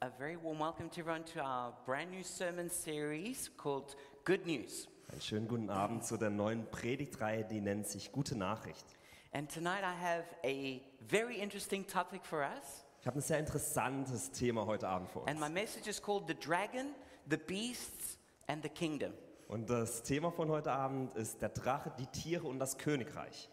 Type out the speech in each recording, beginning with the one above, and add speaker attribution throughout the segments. Speaker 1: a very warm welcome to everyone to our brand new sermon series called Good News.
Speaker 2: Einen schönen guten Abend zu der neuen Predigtreihe, die nennt sich Gute Nachricht.
Speaker 1: And tonight I have a very interesting topic for us.
Speaker 2: Ich habe ein sehr interessantes Thema heute Abend für
Speaker 1: And my
Speaker 2: uns.
Speaker 1: message is called The Dragon, the Beasts, and the Kingdom.
Speaker 2: Und das Thema von heute Abend ist der Drache, die Tiere und das Königreich.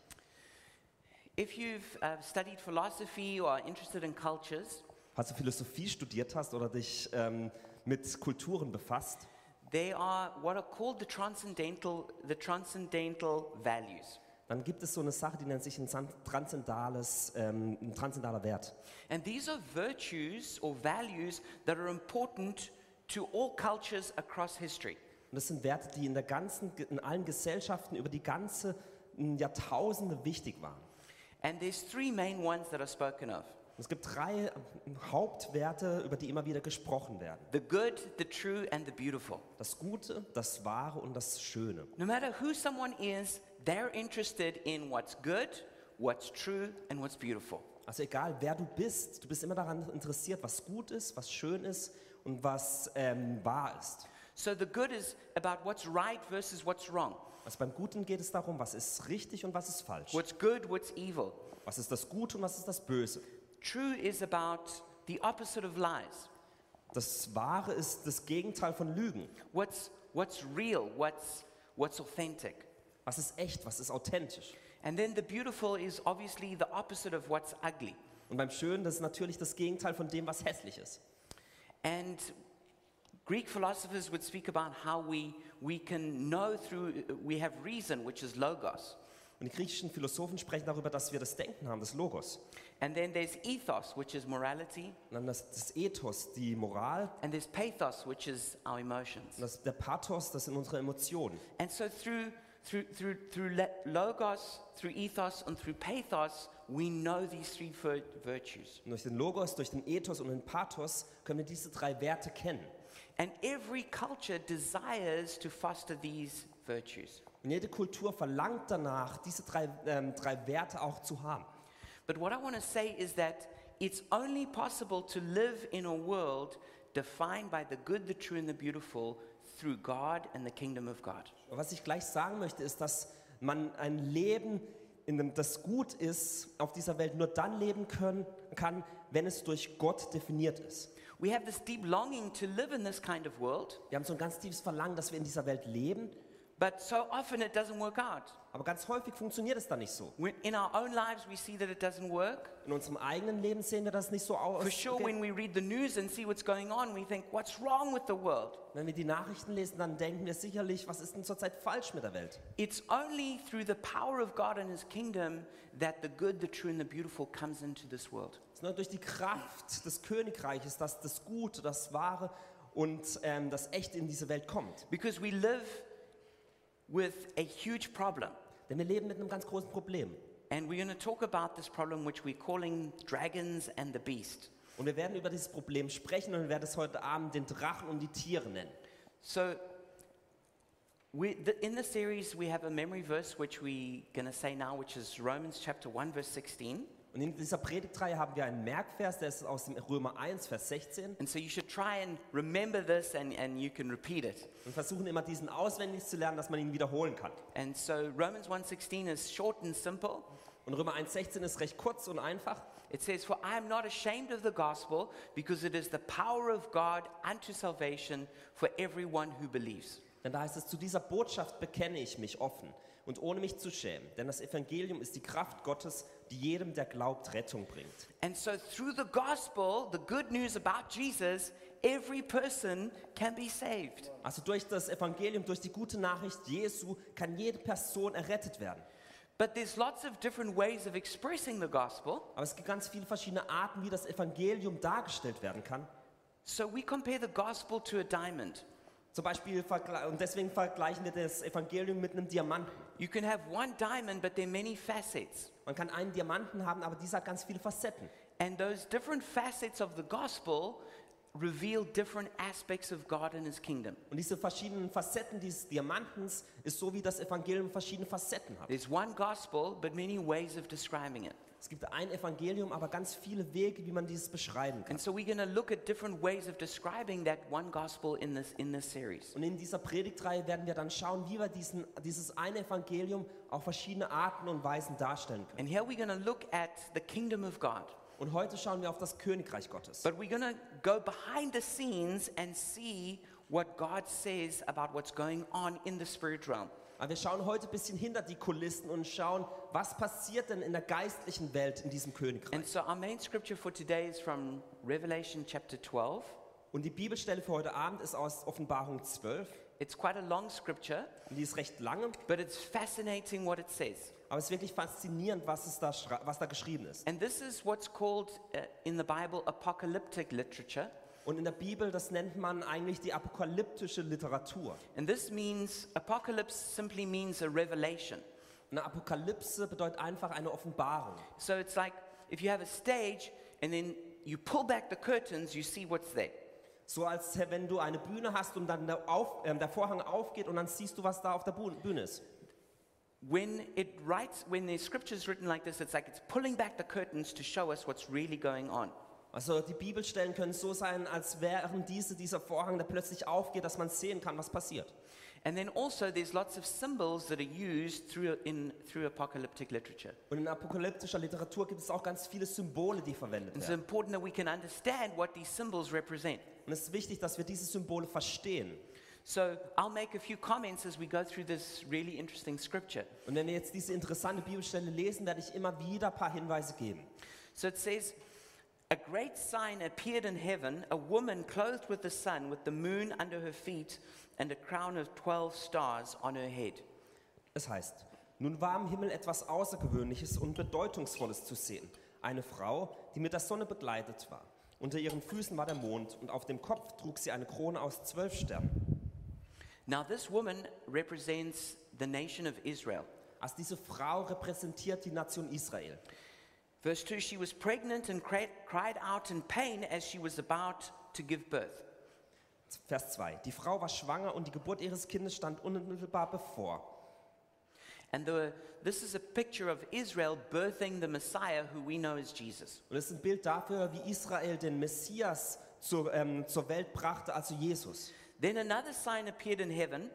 Speaker 1: If you've uh, studied philosophy or are interested in cultures,
Speaker 2: Falls du Philosophie studiert hast oder dich ähm, mit Kulturen befasst,
Speaker 1: they are what are called the transcendental, the transcendental values.
Speaker 2: dann gibt es so eine Sache, die nennt sich ein san- transzendales, ähm, ein transzendaler Wert.
Speaker 1: And these are virtues or values that are important to all cultures across history.
Speaker 2: Und das sind Werte, die in, der ganzen, in allen Gesellschaften über die ganze m, Jahrtausende wichtig waren.
Speaker 1: And there's three main ones that are spoken of
Speaker 2: Und es gibt drei ähm, Hauptwerte, über die immer wieder gesprochen werden.
Speaker 1: the good, the true, and the beautiful.
Speaker 2: Das Gute, das Wahre und das Schöne.
Speaker 1: No matter who someone is, they're interested in what's good, what's true, and what's beautiful.
Speaker 2: Also egal, wer du bist, du bist immer daran interessiert, was gut ist, was schön ist und was ähm, wahr ist.
Speaker 1: So the good is about what's right versus what's wrong,
Speaker 2: Also beim Guten geht es darum, was ist richtig und was ist falsch.
Speaker 1: what's good, what's evil.
Speaker 2: Was ist das Gute und was ist das Böse.
Speaker 1: True is about the opposite of lies,
Speaker 2: Das Wahre ist das Gegenteil von Lügen.
Speaker 1: what's, what's real, what's, what's authentic.
Speaker 2: Was ist echt, was ist authentisch.
Speaker 1: And then the beautiful is obviously the opposite of what's ugly.
Speaker 2: Und beim Schönen, das ist natürlich das Gegenteil von dem, was hässlich ist.
Speaker 1: And Greek philosophers would speak about how we, we can know through, we have reason, which is logos.
Speaker 2: Und die griechischen Philosophen sprechen darüber, dass wir das Denken haben, das Logos.
Speaker 1: And then there's ethos, which is morality.
Speaker 2: Und dann das, das Ethos, die Moral.
Speaker 1: And there's pathos, which is our
Speaker 2: Und
Speaker 1: emotions.
Speaker 2: das, der Pathos, das sind unsere Emotionen.
Speaker 1: And so through, through, through, through le- logos, through ethos, and through pathos, we know these three vir- virtues.
Speaker 2: Und durch den Logos, durch den Ethos und den Pathos können wir diese drei Werte kennen.
Speaker 1: And every culture desires to foster these virtues.
Speaker 2: Und jede Kultur verlangt danach, diese drei, ähm, drei Werte auch zu haben.
Speaker 1: But what I want to say is that it's only possible to live in a world defined by the good, the true, and the beautiful through God and the kingdom of God.
Speaker 2: Und was ich gleich sagen möchte, ist, dass man ein Leben, in dem das gut ist, auf dieser Welt nur dann leben können, kann, wenn es durch Gott definiert ist.
Speaker 1: We have this deep longing to live in this kind of world,
Speaker 2: Wir haben so ein ganz tiefes Verlangen, dass wir in dieser Welt leben,
Speaker 1: but so often it doesn't work out.
Speaker 2: aber ganz häufig funktioniert es dann nicht so.
Speaker 1: When, in our own lives, we see that it doesn't work.
Speaker 2: In unserem eigenen Leben sehen wir das nicht so aus.
Speaker 1: For sure, when we read the news and see what's going on, we think, what's wrong with the world?
Speaker 2: Wenn wir die Nachrichten lesen, dann denken wir sicherlich, was ist denn zurzeit falsch mit der Welt?
Speaker 1: It's only through the power of God and His kingdom that the good, the true, and the beautiful comes into this world.
Speaker 2: Es ist nur durch die Kraft des Königreiches, dass das Gute, das Wahre und ähm, das Echte in diese Welt kommt.
Speaker 1: Because we live with a huge problem.
Speaker 2: Denn wir leben mit einem ganz großen Problem.
Speaker 1: And we're going to talk about this problem, which we're calling dragons and the beast.
Speaker 2: Und wir werden über dieses Problem sprechen und wir werden es heute Abend den Drachen und die Tiere nennen.
Speaker 1: So, we, the, in the series, we have a memory verse, which we're going to say now, which is Romans chapter 1, verse 16.
Speaker 2: Und in dieser Predigtreihe haben wir einen Merkvers, der ist aus dem Römer 1, Vers 16.
Speaker 1: And so you should try and remember this and, and you can repeat it.
Speaker 2: Und versuchen immer diesen auswendig zu lernen, dass man ihn wiederholen kann.
Speaker 1: And so Romans 1:16 is short and simple.
Speaker 2: Und Römer 1, 16 ist recht kurz und einfach.
Speaker 1: It says, For I am not ashamed of the gospel, because it is the power of God unto salvation for everyone who believes.
Speaker 2: Denn da heißt es, zu dieser Botschaft bekenne ich mich offen und ohne mich zu schämen. Denn das Evangelium ist die Kraft Gottes, die jedem, der glaubt, Rettung bringt.
Speaker 1: And so, through the gospel, the good news about Jesus, every person can be saved.
Speaker 2: Also durch das Evangelium, durch die gute Nachricht Jesu kann jede Person errettet werden.
Speaker 1: But there's lots of different ways of expressing the gospel.
Speaker 2: Aber es gibt ganz viele verschiedene Arten, wie das Evangelium dargestellt werden kann.
Speaker 1: So, we compare the gospel to a diamond.
Speaker 2: Zum Beispiel, vergle- und deswegen vergleichen wir das Evangelium mit einem Diamanten.
Speaker 1: You can have one diamond, but there are many facets.
Speaker 2: Man kann einen Diamanten haben, aber dieser hat ganz viele Facetten.
Speaker 1: And those different facets of the gospel reveal different aspects of God and his kingdom.
Speaker 2: Und diese verschiedenen Facetten dieses Diamantens ist so, wie das Evangelium verschiedene Facetten hat.
Speaker 1: There's one gospel, but many ways of describing it.
Speaker 2: Es gibt ein Evangelium, aber ganz viele Wege, wie man dieses beschreiben kann.
Speaker 1: And so we're going to look at different ways of describing that one gospel in this, in this series.
Speaker 2: Und in dieser Predigtreihe werden wir dann schauen, wie wir diesen, dieses eine Evangelium auf verschiedene Arten und Weisen darstellen können.
Speaker 1: And here we're going to look at the kingdom of God.
Speaker 2: Und heute schauen wir auf das Königreich Gottes.
Speaker 1: But we're going to go behind the scenes and see what God says about what's going on in the spirit realm.
Speaker 2: Aber wir schauen heute ein bisschen hinter die Kulissen und schauen, was passiert denn in der geistlichen Welt in diesem Königreich.
Speaker 1: And so our main scripture for today is from Revelation chapter 12.
Speaker 2: Und die Bibelstelle für heute Abend ist aus Offenbarung 12.
Speaker 1: It's quite a long scripture,
Speaker 2: Und die ist recht lange,
Speaker 1: but it's fascinating what it says.
Speaker 2: aber es ist wirklich faszinierend, was, es da, schra- was da geschrieben ist.
Speaker 1: And this is what's called uh, in the Bible apocalyptic literature.
Speaker 2: Und in der Bibel, das nennt man eigentlich die apokalyptische Literatur.
Speaker 1: And this means, apocalypse simply means a revelation.
Speaker 2: Eine Apokalypse bedeutet einfach eine Offenbarung.
Speaker 1: So it's like if you have a stage and then you pull back the curtains, you see what's there.
Speaker 2: So als wenn du eine Bühne hast und dann der, auf, ähm, der Vorhang aufgeht und dann siehst du, was da auf der Bu- Bühne ist.
Speaker 1: When it writes, when the scripture's written like this, it's like it's pulling back the curtains to show us what's really going on.
Speaker 2: Also die Bibelstellen können so sein, als wären diese dieser Vorhang, der plötzlich aufgeht, dass man sehen kann, was passiert.
Speaker 1: And then also there's lots of symbols that are used through, in, through apocalyptic literature.
Speaker 2: Und in apokalyptischer Literatur gibt es auch ganz viele Symbole, die verwendet
Speaker 1: And it's
Speaker 2: werden.
Speaker 1: important that we can understand what these symbols represent.
Speaker 2: Und es ist wichtig, dass wir diese Symbole verstehen.
Speaker 1: So I'll make a few comments as we go through this really interesting scripture.
Speaker 2: Und wenn wir jetzt diese interessante Bibelstelle lesen, werde ich immer wieder ein paar Hinweise geben.
Speaker 1: So it says, A great sign appeared in heaven, a woman clothed with the sun, with the moon under her feet, and a crown of 12 stars on her head.
Speaker 2: Es heißt, nun war am Himmel etwas Außergewöhnliches und Bedeutungsvolles zu sehen. Eine Frau, die mit der Sonne begleitet war. Unter ihren Füßen war der Mond und auf dem Kopf trug sie eine Krone aus zwölf Sternen.
Speaker 1: Now, this woman represents the nation of Israel.
Speaker 2: Also diese Frau repräsentiert die Nation Israel.
Speaker 1: Verse 2 She was pregnant and cra- cried out in pain as she was about to give birth.
Speaker 2: Vers 2. Die Frau war schwanger und die Geburt ihres Kindes stand unmittelbar bevor.
Speaker 1: And the, this is a picture of Israel birthing the Messiah, who we know as Jesus.
Speaker 2: Und es ist ein Bild dafür, wie Israel den Messias zur, ähm, zur Welt brachte, also Jesus.
Speaker 1: Then another sign appeared in heaven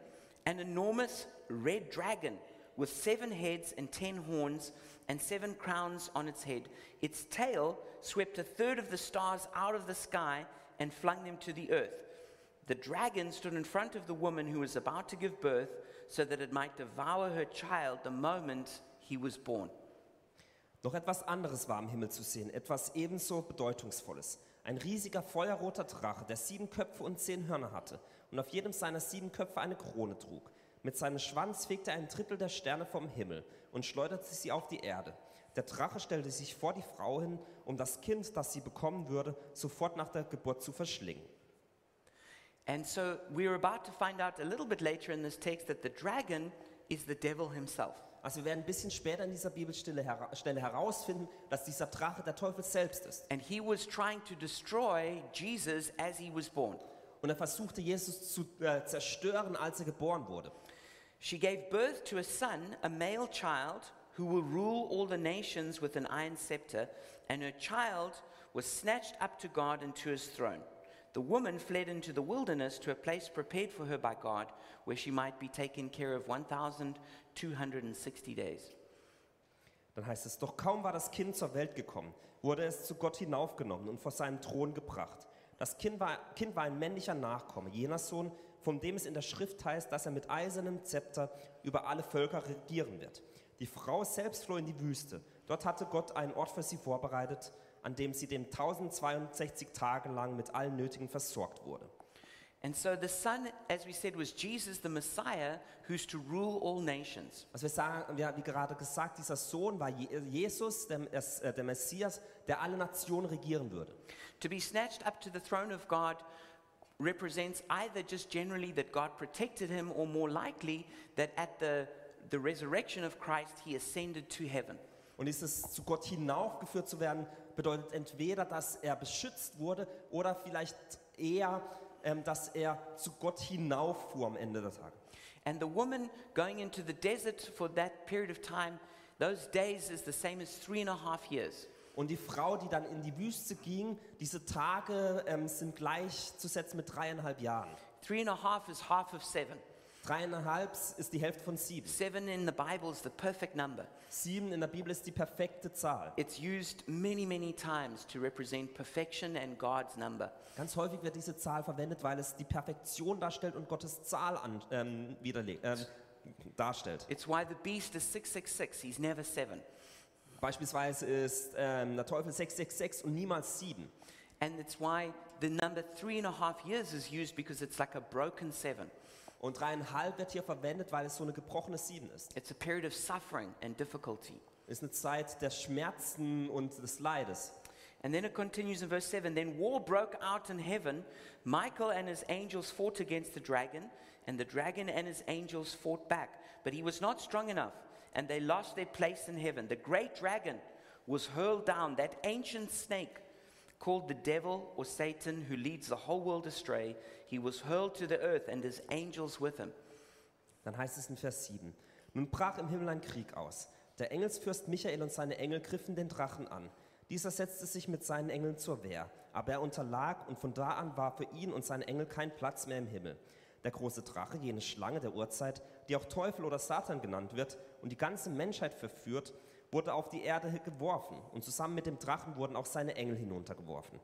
Speaker 1: an enormous red dragon with seven heads and ten horns and seven crowns on its head. Its tail swept a third of the stars out of the sky and flung them to the earth. The dragon stood in front of the woman who was about to give birth so that it might devour her child the moment he was born.
Speaker 2: Doch etwas anderes war am Himmel zu sehen, etwas ebenso Bedeutungsvolles. Ein riesiger feuerroter Drache, der sieben Köpfe und zehn Hörner hatte und auf jedem seiner sieben Köpfe eine Krone trug. Mit seinem Schwanz fegte er ein Drittel der Sterne vom Himmel und schleuderte sie auf die Erde. Der Drache stellte sich vor die Frau hin, um das Kind, das sie bekommen würde, sofort nach der Geburt zu verschlingen.
Speaker 1: And so we're about to find out a little bit later in this text that the dragon is the devil himself.
Speaker 2: Also wir werden ein bisschen später in dieser Bibelstelle hera- Stelle herausfinden, dass dieser Drache der Teufel selbst ist.
Speaker 1: And he was trying to destroy Jesus as he was born.
Speaker 2: Und er versuchte Jesus zu äh, zerstören, als er geboren wurde.
Speaker 1: She gave birth to a son, a male child, who will rule all the nations with an iron scepter, and her child was snatched up to God and to his throne. The woman fled into the wilderness to a place prepared for her by God, where she might be taken care of 1,260 days.
Speaker 2: Dann heißt es, doch kaum war das Kind zur Welt gekommen, wurde es zu Gott hinaufgenommen und vor seinen Thron gebracht. Das Kind war, kind war ein männlicher Nachkomme, jener Sohn, von dem es in der Schrift heißt, dass er mit eisernem Zepter über alle Völker regieren wird. Die Frau selbst floh in die Wüste. Dort hatte Gott einen Ort für sie vorbereitet, an dem sie dem 1062 Tage lang mit allen Nötigen versorgt wurde.
Speaker 1: And so the son, as we said, was Jesus, the Messiah, who's to rule all nations.
Speaker 2: Also wir sagen, wir, wie gerade gesagt, dieser Sohn war Je- Jesus, der, Mess- äh, der Messias, der alle Nationen regieren würde.
Speaker 1: To be snatched up to the throne of God represents either just generally that God protected him, or more likely that at the, the resurrection of Christ, he ascended to heaven.
Speaker 2: Und dieses zu Gott hinaufgeführt zu werden, bedeutet entweder, dass er beschützt wurde oder vielleicht eher, ähm, dass er zu Gott hinauffuhr am Ende der Tage.
Speaker 1: And the woman going into the desert for that period of time, Those days is the same as three and a half years.
Speaker 2: Und die Frau, die dann in die Wüste ging, diese Tage ähm, sind gleichzusetzen mit dreieinhalb Jahren.
Speaker 1: Three and a half is half of seven.
Speaker 2: Dreieinhalb ist die Hälfte von sieben.
Speaker 1: Seven in the Bible is the perfect number.
Speaker 2: Sieben in der Bibel ist die perfekte Zahl.
Speaker 1: It's used many, many times to represent perfection and God's number.
Speaker 2: Ganz häufig wird diese Zahl verwendet, weil es die Perfektion darstellt und Gottes Zahl an, ähm, widerlegt, ähm, darstellt.
Speaker 1: It's why the beast is 666, he's never seven.
Speaker 2: Beispielsweise ist ähm, der Teufel 666 und niemals 7.
Speaker 1: And it's why the number three and a half years is used because it's like a broken seven.
Speaker 2: Und dreieinhalb wird hier verwendet, weil es so eine gebrochene 7 ist.
Speaker 1: It's a period of suffering and difficulty.
Speaker 2: Ist eine Zeit der Schmerzen und des Leides.
Speaker 1: And then it continues in verse 7 Then war broke out in heaven. Michael and his angels fought against the dragon, and the dragon and his angels fought back. But he was not strong enough, and they lost their place in heaven. The great dragon was hurled down, that ancient snake called the devil or Satan, who leads the whole world astray. He was hurled to the earth, and his angels with him.
Speaker 2: Dann heißt es in Vers 7. Nun brach im Himmel ein Krieg aus. Der Engelsfürst Michael und seine Engel griffen den Drachen an. Dieser setzte sich mit seinen Engeln zur Wehr, aber er unterlag und von da an war für ihn und seine Engel kein Platz mehr im Himmel. Der große Drache, jene Schlange der Urzeit, die auch Teufel oder Satan genannt wird und die ganze Menschheit verführt, wurde auf die Erde geworfen und zusammen mit dem Drachen wurden auch seine Engel hinuntergeworfen.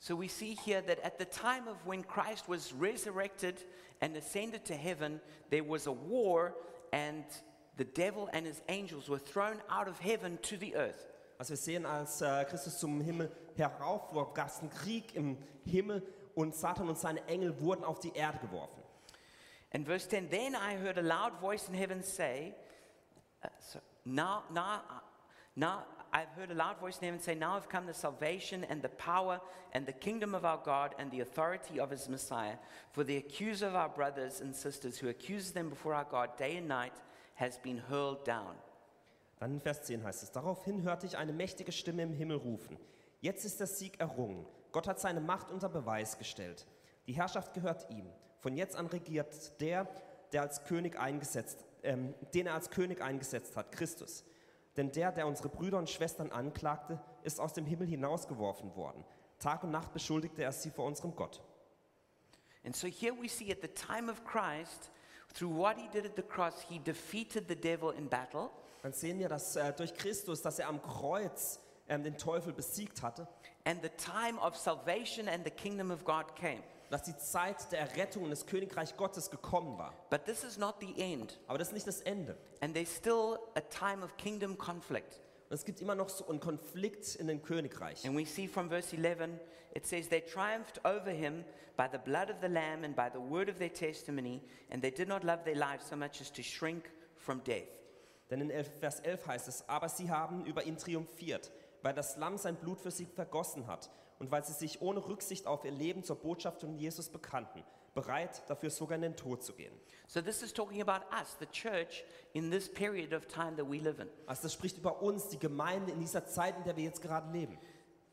Speaker 1: So we see here that at the time of when Christ was resurrected and ascended to heaven, there was a war, and the devil and his angels were thrown out of heaven to the earth.
Speaker 2: Also wir sehen, als äh, Christus zum Himmel herauffuhr, gab es einen Krieg im Himmel und Satan und seine Engel wurden auf die Erde geworfen.
Speaker 1: And verse 10 Then I heard a loud voice in heaven say, uh, so now, now, uh, now I've heard a loud voice in heaven say, Now have come the salvation and the power and the kingdom of our God and the authority of his Messiah. For the accuser of our brothers and sisters who accuses them before our God day and night has been hurled down.
Speaker 2: Dann in Vers 10 heißt es, daraufhin hörte ich eine mächtige Stimme im Himmel rufen. Jetzt ist der Sieg errungen. Gott hat seine Macht unter Beweis gestellt. Die Herrschaft gehört ihm. Von jetzt an regiert der, der als König eingesetzt, ähm, den er als König eingesetzt hat, Christus. Denn der, der unsere Brüder und Schwestern anklagte, ist aus dem Himmel hinausgeworfen worden. Tag und Nacht beschuldigte er sie vor unserem Gott.
Speaker 1: And so here we see at the time of Christ, through what he did at the cross, he defeated the devil in battle.
Speaker 2: Dann sehen wir, dass äh, durch Christus, dass er am Kreuz ähm, den Teufel besiegt hatte,
Speaker 1: And the time of salvation and the kingdom of God came.
Speaker 2: dass die Zeit der Errettung und des Königreich Gottes gekommen war.
Speaker 1: But this is not the end.
Speaker 2: Aber das ist nicht das Ende.
Speaker 1: And there's still a time of kingdom conflict.
Speaker 2: Und es gibt immer noch so einen Konflikt in dem Königreich.
Speaker 1: And we see from verse 11, it says, They triumphed over him by the blood of the Lamb and by the word of their testimony, and they did not love their lives so much as to shrink from death.
Speaker 2: Denn in 11 Vers 11 heißt es, aber sie haben über ihn triumphiert, weil das Lamm sein Blut für sie vergossen hat und weil sie sich ohne Rücksicht auf ihr Leben zur Botschaft von Jesus bekannten, bereit dafür sogar in den Tod zu gehen.
Speaker 1: So this is talking about us, the church, in this period of time that we live in.
Speaker 2: Also das spricht über uns, die Gemeinde in dieser Zeit, in der wir jetzt gerade leben.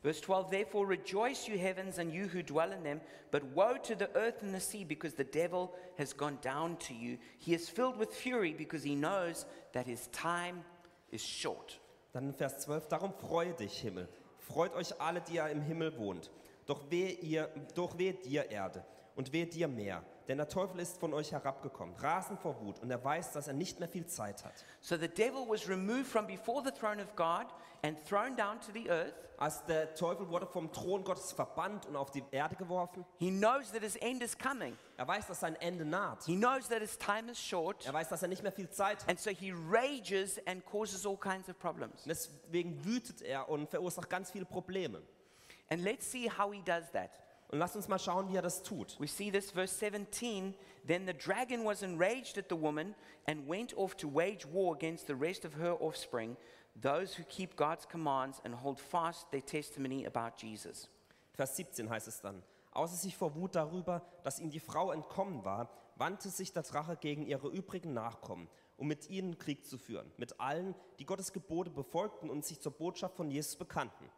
Speaker 1: Verse 12, Therefore rejoice, you heavens, and you who dwell in them, but woe to the earth and the sea, because the devil has gone down to you. He is filled with fury because he knows that his time is short.
Speaker 2: Dann in Vers 12, darum freue dich, Himmel. Freut euch alle, die ihr im Himmel wohnt. Doch wehe, ihr, doch wehe dir, Erde, und wehe dir, Meer. Denn der Teufel ist von euch herabgekommen, rasend vor Wut, und er weiß, dass er nicht mehr viel Zeit hat.
Speaker 1: So the devil was removed from before the throne of God and thrown down to the earth.
Speaker 2: Als der Teufel wurde vom Thron Gottes verbannt und auf die Erde geworfen.
Speaker 1: He knows that his end is coming.
Speaker 2: Er weiß, dass sein Ende naht.
Speaker 1: He knows that his time is short.
Speaker 2: Er weiß, dass er nicht mehr viel Zeit hat.
Speaker 1: And so he rages and causes all kinds of problems.
Speaker 2: Und deswegen wütet er und verursacht ganz viele Probleme.
Speaker 1: And let's see how he does that.
Speaker 2: Und lasst uns mal schauen, wie er das tut.
Speaker 1: We see this verse 17. Then the dragon was enraged at the woman and went off to wage war against the rest of her offspring, those who keep God's commands and hold fast their testimony about Jesus.
Speaker 2: Vers 17 heißt es dann. Außer sich vor Wut darüber, dass ihm die Frau entkommen war, wandte sich der Drache gegen ihre übrigen Nachkommen, um mit ihnen Krieg zu führen, mit allen, die Gottes Gebote befolgten und sich zur Botschaft von Jesus bekannten.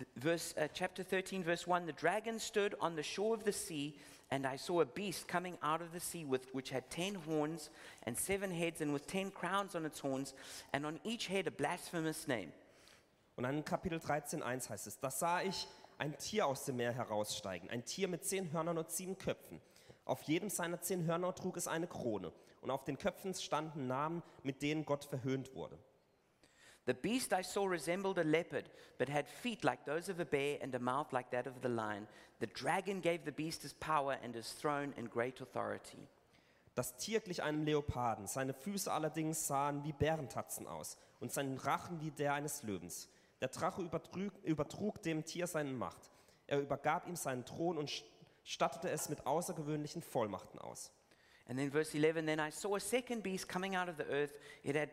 Speaker 1: Th- Verse, uh, chapter 13, verse 1 The dragon stood on the shore of the sea, and I saw a beast coming out of the sea, with, which had ten horns and seven heads, and with ten crowns on its horns, and on each head a blasphemous name.
Speaker 2: Und dann in Kapitel 13.1 heißt es, das sah ich ein Tier aus dem Meer heraussteigen, ein Tier mit zehn Hörnern und sieben Köpfen. Auf jedem seiner zehn Hörner trug es eine Krone und auf den Köpfen standen Namen, mit denen Gott verhöhnt wurde.
Speaker 1: The beast I saw resembled a leopard, but had feet like those of a bear and a mouth like that of the lion. The dragon gave the beast his power and his throne and great authority.
Speaker 2: Das Tier glich einem Leoparden, seine Füße allerdings sahen wie Bärentatzen aus und sein Rachen wie der eines Löwens. Der Drache übertrug, übertrug dem Tier seine Macht. Er übergab ihm seinen Thron und st- stattete es mit außergewöhnlichen Vollmachten aus.
Speaker 1: And then verse 11 Then I saw a second beast coming out of the earth. It had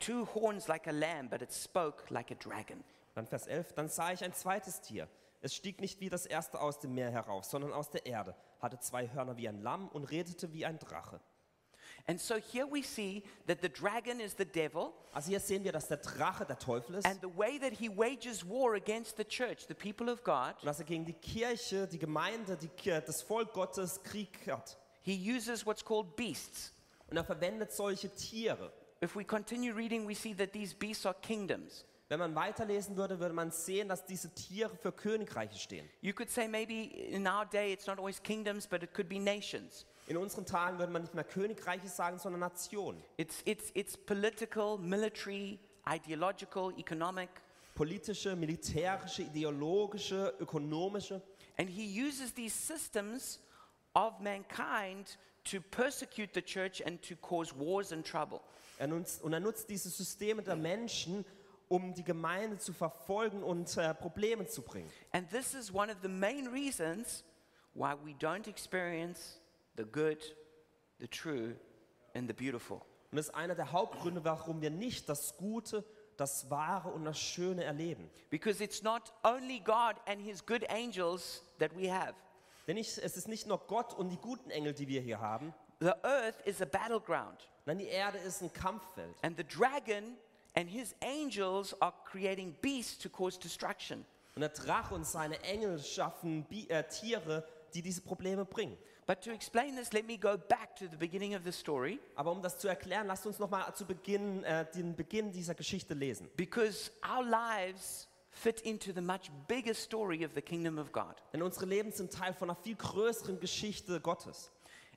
Speaker 1: two horns like a lamb, but it spoke like a dragon.
Speaker 2: Dann Vers 11, dann sah ich ein zweites Tier. Es stieg nicht wie das erste aus dem Meer herauf, sondern aus der Erde, hatte zwei Hörner wie ein Lamm und redete wie ein Drache.
Speaker 1: And so here we see that the dragon is the devil,
Speaker 2: Also hier sehen wir, dass der Drache der Teufel ist
Speaker 1: and the way that he wages war against the church, the people of God,
Speaker 2: und dass er gegen die Kirche, die Gemeinde, die, Kir- das Volk Gottes Krieg hat.
Speaker 1: he uses what's called beasts.
Speaker 2: Und er verwendet solche Tiere.
Speaker 1: If we continue reading, we see that these beasts are kingdoms.
Speaker 2: Wenn man weiterlesen würde, würde man sehen, dass diese Tiere für Königreiche stehen.
Speaker 1: You could say maybe in our day it's not always kingdoms, but it could be nations.
Speaker 2: In unseren Tagen würde man nicht mehr Königreiche sagen, sondern Nationen.
Speaker 1: It's, it's, it's political, military, ideological, economic.
Speaker 2: Politische, militärische, ideologische, ökonomische.
Speaker 1: And he uses these systems of mankind to persecute the church and to cause wars and trouble.
Speaker 2: Er nutzt, und er nutzt diese Systeme der Menschen, um die Gemeinde zu verfolgen und äh, Probleme zu bringen.
Speaker 1: And this is one of the main reasons why we don't experience the good, the true, and the beautiful.
Speaker 2: Und das ist einer der Hauptgründe, warum wir nicht das Gute, das Wahre und das Schöne erleben.
Speaker 1: Because it's not only God and his good angels that we have.
Speaker 2: Denn ich, es ist nicht nur Gott und die guten Engel, die wir hier haben.
Speaker 1: The earth is a battleground,
Speaker 2: Nein, die Erde ist ein Kampffeld.
Speaker 1: and the dragon and his angels are creating beasts to cause destruction.
Speaker 2: Und der Drache und seine Engel schaffen Bi äh, Tiere, die diese Probleme bringen.
Speaker 1: But to explain this, let me go back to the beginning of the story
Speaker 2: Aber um das zu erklären, lasst uns nochmal zu Beginn, äh, den Beginn dieser Geschichte lesen.
Speaker 1: because our lives fit into the much bigger story of the kingdom of God.
Speaker 2: Denn unsere Leben sind Teil von einer viel größeren Geschichte Gottes.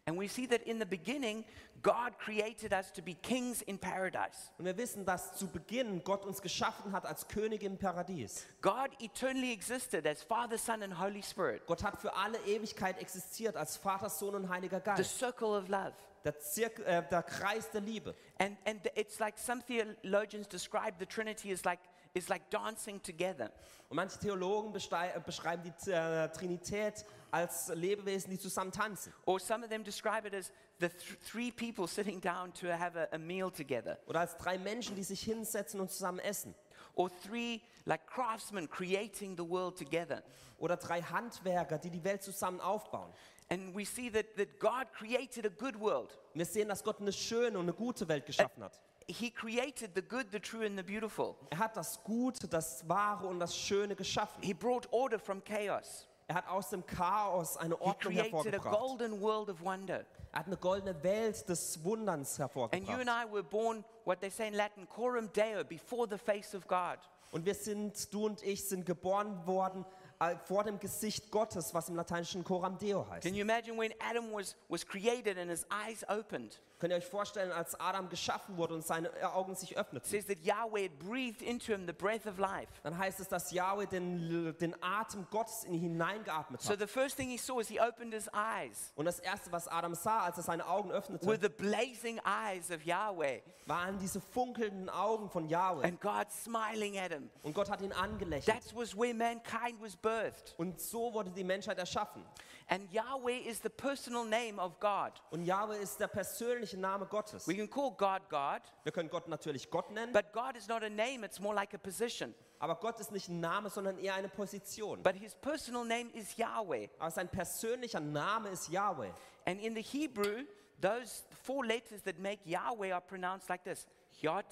Speaker 1: And we see that in the beginning, God created us to be kings in paradise.
Speaker 2: Und wir wissen, dass zu Beginn Gott uns geschaffen hat als Könige im Paradies.
Speaker 1: God eternally existed as Father, Son, and Holy Spirit,
Speaker 2: Gott hat für alle Ewigkeit existiert als Vater, Sohn und Heiliger
Speaker 1: the
Speaker 2: Geist.
Speaker 1: circle of love.
Speaker 2: Der, Zirk, äh, der Kreis der Liebe.
Speaker 1: And, and th- it's like some theologians describe the Trinity as like, is like dancing together.
Speaker 2: Und manche Theologen bestei- äh, beschreiben die äh, Trinität als Lebewesen, die zusammen tanzen.
Speaker 1: Or some of them describe it as the th- three people sitting down to have a, a meal together.
Speaker 2: Oder als drei Menschen, die sich hinsetzen und zusammen essen.
Speaker 1: Or three like craftsmen creating the world together.
Speaker 2: Oder drei Handwerker, die die Welt zusammen aufbauen.
Speaker 1: And we see that, that God created a good world.
Speaker 2: Und wir sehen, dass Gott eine schöne und eine gute Welt geschaffen hat.
Speaker 1: He created the good, the true, and the beautiful.
Speaker 2: Er hat das Gute, das Wahre und das Schöne geschaffen.
Speaker 1: He brought order from chaos.
Speaker 2: Er hat aus dem Chaos eine
Speaker 1: He
Speaker 2: Ordnung
Speaker 1: created a
Speaker 2: hervorgebracht.
Speaker 1: golden world of wonder.
Speaker 2: Er hat eine goldene Welt des Wunderns
Speaker 1: And you and
Speaker 2: hervorgebracht.
Speaker 1: I were born, what they say in Latin, coram deo, before the face of God.
Speaker 2: Und wir sind, du und ich, sind geboren worden äh, vor dem Gesicht Gottes, was im Lateinischen Coram Deo heißt.
Speaker 1: Can you imagine when Adam was, was created and his eyes opened?
Speaker 2: Könnt ihr euch vorstellen, als Adam geschaffen wurde und seine Augen sich
Speaker 1: It
Speaker 2: öffneten?
Speaker 1: says that Yahweh had breathed into him the breath of life.
Speaker 2: Dann heißt es, dass Yahweh den, den Atem Gottes in ihn hineingeatmet
Speaker 1: So
Speaker 2: hat.
Speaker 1: the first thing he saw is he opened his eyes
Speaker 2: Und das Erste, was Adam sah, als er seine Augen
Speaker 1: were
Speaker 2: öffnete,
Speaker 1: the blazing eyes of Yahweh.
Speaker 2: waren diese funkelnden Augen von Yahweh.
Speaker 1: And God smiling at him.
Speaker 2: Und Gott hat ihn angelächelt.
Speaker 1: That was where mankind was birthed.
Speaker 2: Und so wurde die Menschheit erschaffen.
Speaker 1: And Yahweh is the personal name of God.
Speaker 2: Und Jahwe ist der persönliche Name Gottes.
Speaker 1: We can call God God,
Speaker 2: Wir können Gott natürlich Gott nennen,
Speaker 1: but God is not a name, it's more like a position.
Speaker 2: aber Gott ist nicht ein Name, sondern eher eine Position.
Speaker 1: But his personal name is Yahweh.
Speaker 2: Aber sein persönlicher Name ist Jahwe.
Speaker 1: And in the Hebrew, those four letters that make Yahweh are pronounced like this Yod,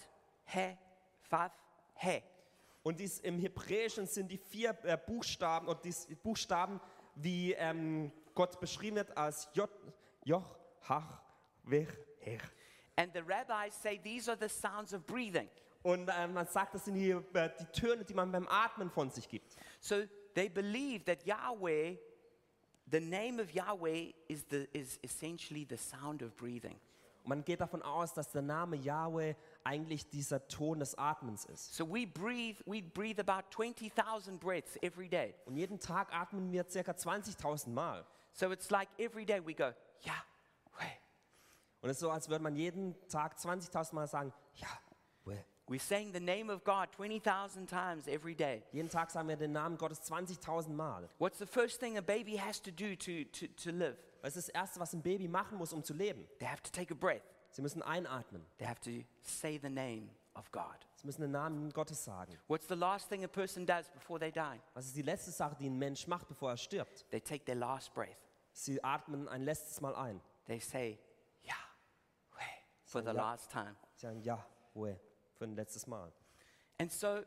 Speaker 1: He, Vav, He.
Speaker 2: Und dies, im Hebräischen sind die vier äh, Buchstaben und dies, die Buchstaben, wie ähm, Gott beschrieben wird, als J, Joch, Hach, Wech, Hech.
Speaker 1: And the rabbis say these are the sounds of breathing.
Speaker 2: Und äh, man sagt, das sind die, äh, die Töne, die man beim Atmen von sich gibt.
Speaker 1: So they believe that Yahweh, the name of Yahweh, is, the, is essentially the sound of breathing.
Speaker 2: Und man geht davon aus, dass der Name Yahweh eigentlich dieser Ton des Atmens ist.
Speaker 1: So we breathe, we breathe about 20,000 breaths every day.
Speaker 2: Und jeden Tag atmen wir ca. 20.000 Mal.
Speaker 1: So it's like every day we go, Yahweh.
Speaker 2: Und es ist so, als würde man jeden Tag 20.000 Mal sagen, Yahweh.
Speaker 1: We're saying the name of God 20,000 times every day.
Speaker 2: Jeden Tag sagen wir den Namen Gottes 20.000 Mal.
Speaker 1: What's the first thing a baby has to do to, to, to live?
Speaker 2: Das ist das Erste, was ein Baby machen muss, um zu leben.
Speaker 1: They have to take a breath,
Speaker 2: Sie müssen einatmen.
Speaker 1: they have to say the name of God.
Speaker 2: Sie müssen den Namen Gottes sagen.
Speaker 1: What's the last thing a person does before they die?
Speaker 2: Was ist die letzte Sache, die ein Mensch macht, bevor er stirbt?
Speaker 1: They take their last breath.
Speaker 2: Sie atmen ein letztes Mal ein.
Speaker 1: They say Yahweh for
Speaker 2: Say
Speaker 1: the
Speaker 2: Yah-
Speaker 1: last time.
Speaker 2: Sie sagen Yahweh für ein letztes Mal.
Speaker 1: And so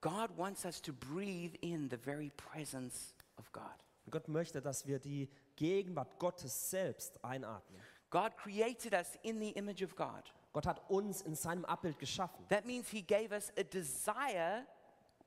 Speaker 1: God wants us to breathe in the very presence of God.
Speaker 2: Und Gott möchte, dass wir die Gegenwart Gottes selbst einatmen.
Speaker 1: God created us in the image of God.
Speaker 2: Gott hat uns in seinem Abbild geschaffen.
Speaker 1: That means he gave us a desire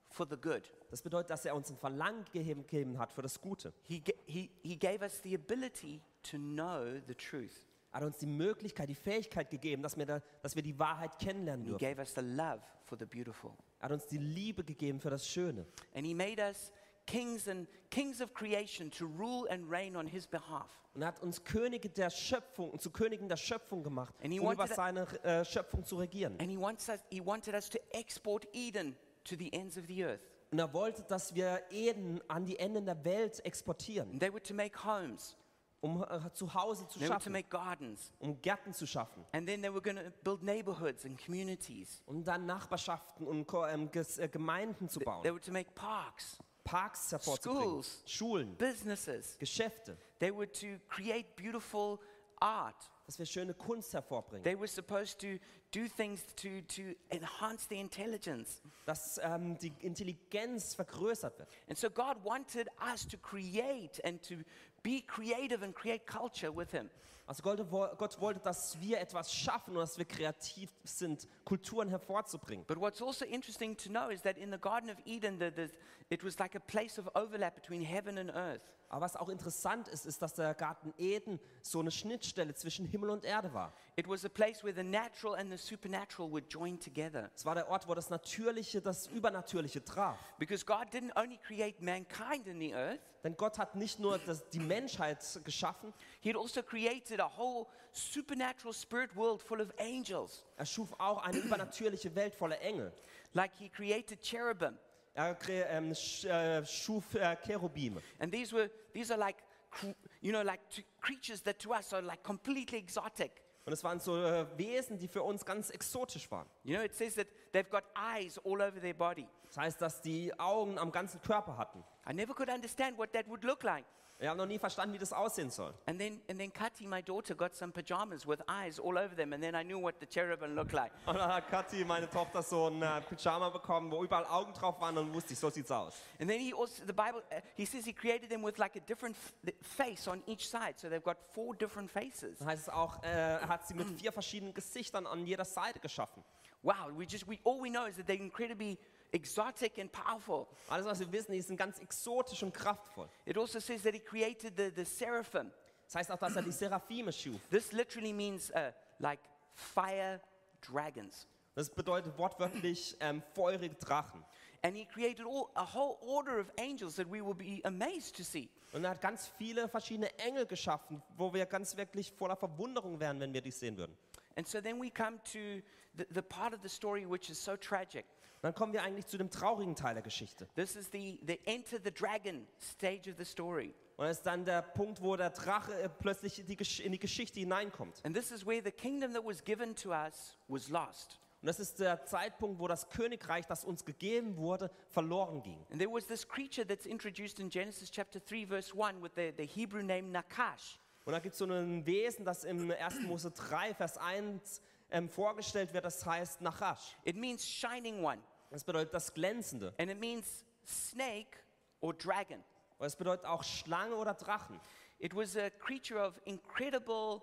Speaker 1: for the good.
Speaker 2: Das bedeutet, dass er uns ein Verlangen gegeben- gegeben hat für das Gute.
Speaker 1: He, ga- he, he gave us the ability to know the truth.
Speaker 2: Er hat uns die Möglichkeit, die Fähigkeit gegeben, dass wir, da, dass wir die Wahrheit kennenlernen
Speaker 1: And he
Speaker 2: dürfen.
Speaker 1: gave us the love for the beautiful.
Speaker 2: Er hat uns die Liebe gegeben für das Schöne.
Speaker 1: And he made us kings and kings of creation to rule and reign on his behalf.
Speaker 2: Und er hat uns Könige der Schöpfung und zu Königen der Schöpfung gemacht,
Speaker 1: And he
Speaker 2: um über
Speaker 1: wanted a-
Speaker 2: seine äh, Schöpfung zu regieren.
Speaker 1: And he wants us he wanted us to export Eden to the ends of the earth.
Speaker 2: Und er wollte, dass wir Eden an die Enden der Welt exportieren,
Speaker 1: And they were to make homes.
Speaker 2: um äh, zu Hause zu
Speaker 1: They were to
Speaker 2: schaffen,
Speaker 1: make gardens.
Speaker 2: um Gärten zu schaffen.
Speaker 1: And then they were going to build neighborhoods and communities.
Speaker 2: Um dann Nachbarschaften und Ko- ähm, Ges- äh, Gemeinden zu
Speaker 1: They
Speaker 2: bauen,
Speaker 1: were to make parks,
Speaker 2: Parks hervorzubringen,
Speaker 1: Schools.
Speaker 2: Schulen,
Speaker 1: businesses.
Speaker 2: Geschäfte,
Speaker 1: They were to create beautiful art.
Speaker 2: dass wir schöne Kunst hervorbringen,
Speaker 1: They were supposed to do things to, to enhance the intelligence.
Speaker 2: dass ähm, die Intelligenz vergrößert wird.
Speaker 1: And so God wanted us to create and to be creative and create culture with Him.
Speaker 2: Also Gott, wo- Gott wollte, dass wir etwas schaffen und dass wir kreativ sind, Kulturen hervorzubringen.
Speaker 1: But what's also interesting to know is that in the Garden of Eden, the, the, it was like a place of overlap between heaven and earth.
Speaker 2: Aber was auch interessant ist, ist, dass der Garten Eden so eine Schnittstelle zwischen Himmel und Erde war.
Speaker 1: It was a place where the natural and the supernatural were joined together.
Speaker 2: Es war der Ort, wo das Natürliche das Übernatürliche traf.
Speaker 1: Because God didn't only create mankind in the earth,
Speaker 2: Denn Gott hat nicht nur das, die Menschheit geschaffen,
Speaker 1: He had also created a whole supernatural spirit world full of angels.
Speaker 2: er schuf auch eine übernatürliche Welt voller Engel.
Speaker 1: Like He created cherubim.
Speaker 2: Er kre- ähm, sch- äh, schuf äh, Cherubime.
Speaker 1: And these were these are like cr- you know like t- creatures that to us are like completely exotic.
Speaker 2: Und es waren so äh, Wesen, die für uns ganz exotisch waren.
Speaker 1: You know, it says that they've got eyes all over their body.
Speaker 2: Das heißt, dass die Augen am ganzen Körper hatten.
Speaker 1: I never could understand what that would look like.
Speaker 2: Wir haben noch nie verstanden, wie das aussehen soll.
Speaker 1: And then and then Kati, my daughter, got some pajamas with eyes all over them, and then I knew what the cherubim looked like.
Speaker 2: Und dann hat Kathi, meine Tochter, so ein äh, Pyjama bekommen, wo überall Augen drauf waren und wusste ich, so sieht's aus.
Speaker 1: And then he also the Bible uh, he says he created them with like a different f- th- face on each side, so they've got four different faces.
Speaker 2: Dann heißt es auch, äh, er hat sie mit vier verschiedenen Gesichtern an jeder Seite geschaffen.
Speaker 1: Wow, we just we all we know is that they're incredibly exotic and powerful.
Speaker 2: Alles, was wir wissen, die sind ganz exotisch und kraftvoll.
Speaker 1: It also says that he created the, the seraphim.
Speaker 2: Das heißt auch, dass er die Seraphime schuf.
Speaker 1: This literally means uh, like fire dragons.
Speaker 2: Das bedeutet wortwörtlich ähm, feurige Drachen.
Speaker 1: And he created all, a whole order of angels that we will be amazed to see.
Speaker 2: Und er hat ganz viele verschiedene Engel geschaffen, wo wir ganz wirklich voller Verwunderung wären, wenn wir die sehen würden.
Speaker 1: And so then we come to the, the part of the story which is so tragic.
Speaker 2: Und dann kommen wir eigentlich zu dem traurigen Teil der Geschichte.
Speaker 1: This is the, the enter the dragon stage of the story.
Speaker 2: Und das ist dann der Punkt, wo der Drache äh, plötzlich in die, Gesch- in die Geschichte hineinkommt.
Speaker 1: And this is where the kingdom that was given to us was lost.
Speaker 2: Und das ist der Zeitpunkt, wo das Königreich, das uns gegeben wurde, verloren ging.
Speaker 1: And there was this creature that's introduced in Genesis chapter 3, verse 1, with the, the Hebrew name Nakash.
Speaker 2: Und da gibt es so ein Wesen, das im 1. Mose 3, Vers 1 ähm, vorgestellt wird, das heißt Nachasch.
Speaker 1: It means shining one,
Speaker 2: Das bedeutet das Glänzende.
Speaker 1: and it means snake or dragon.
Speaker 2: Und es bedeutet auch Schlange oder Drachen.
Speaker 1: It was a creature of incredible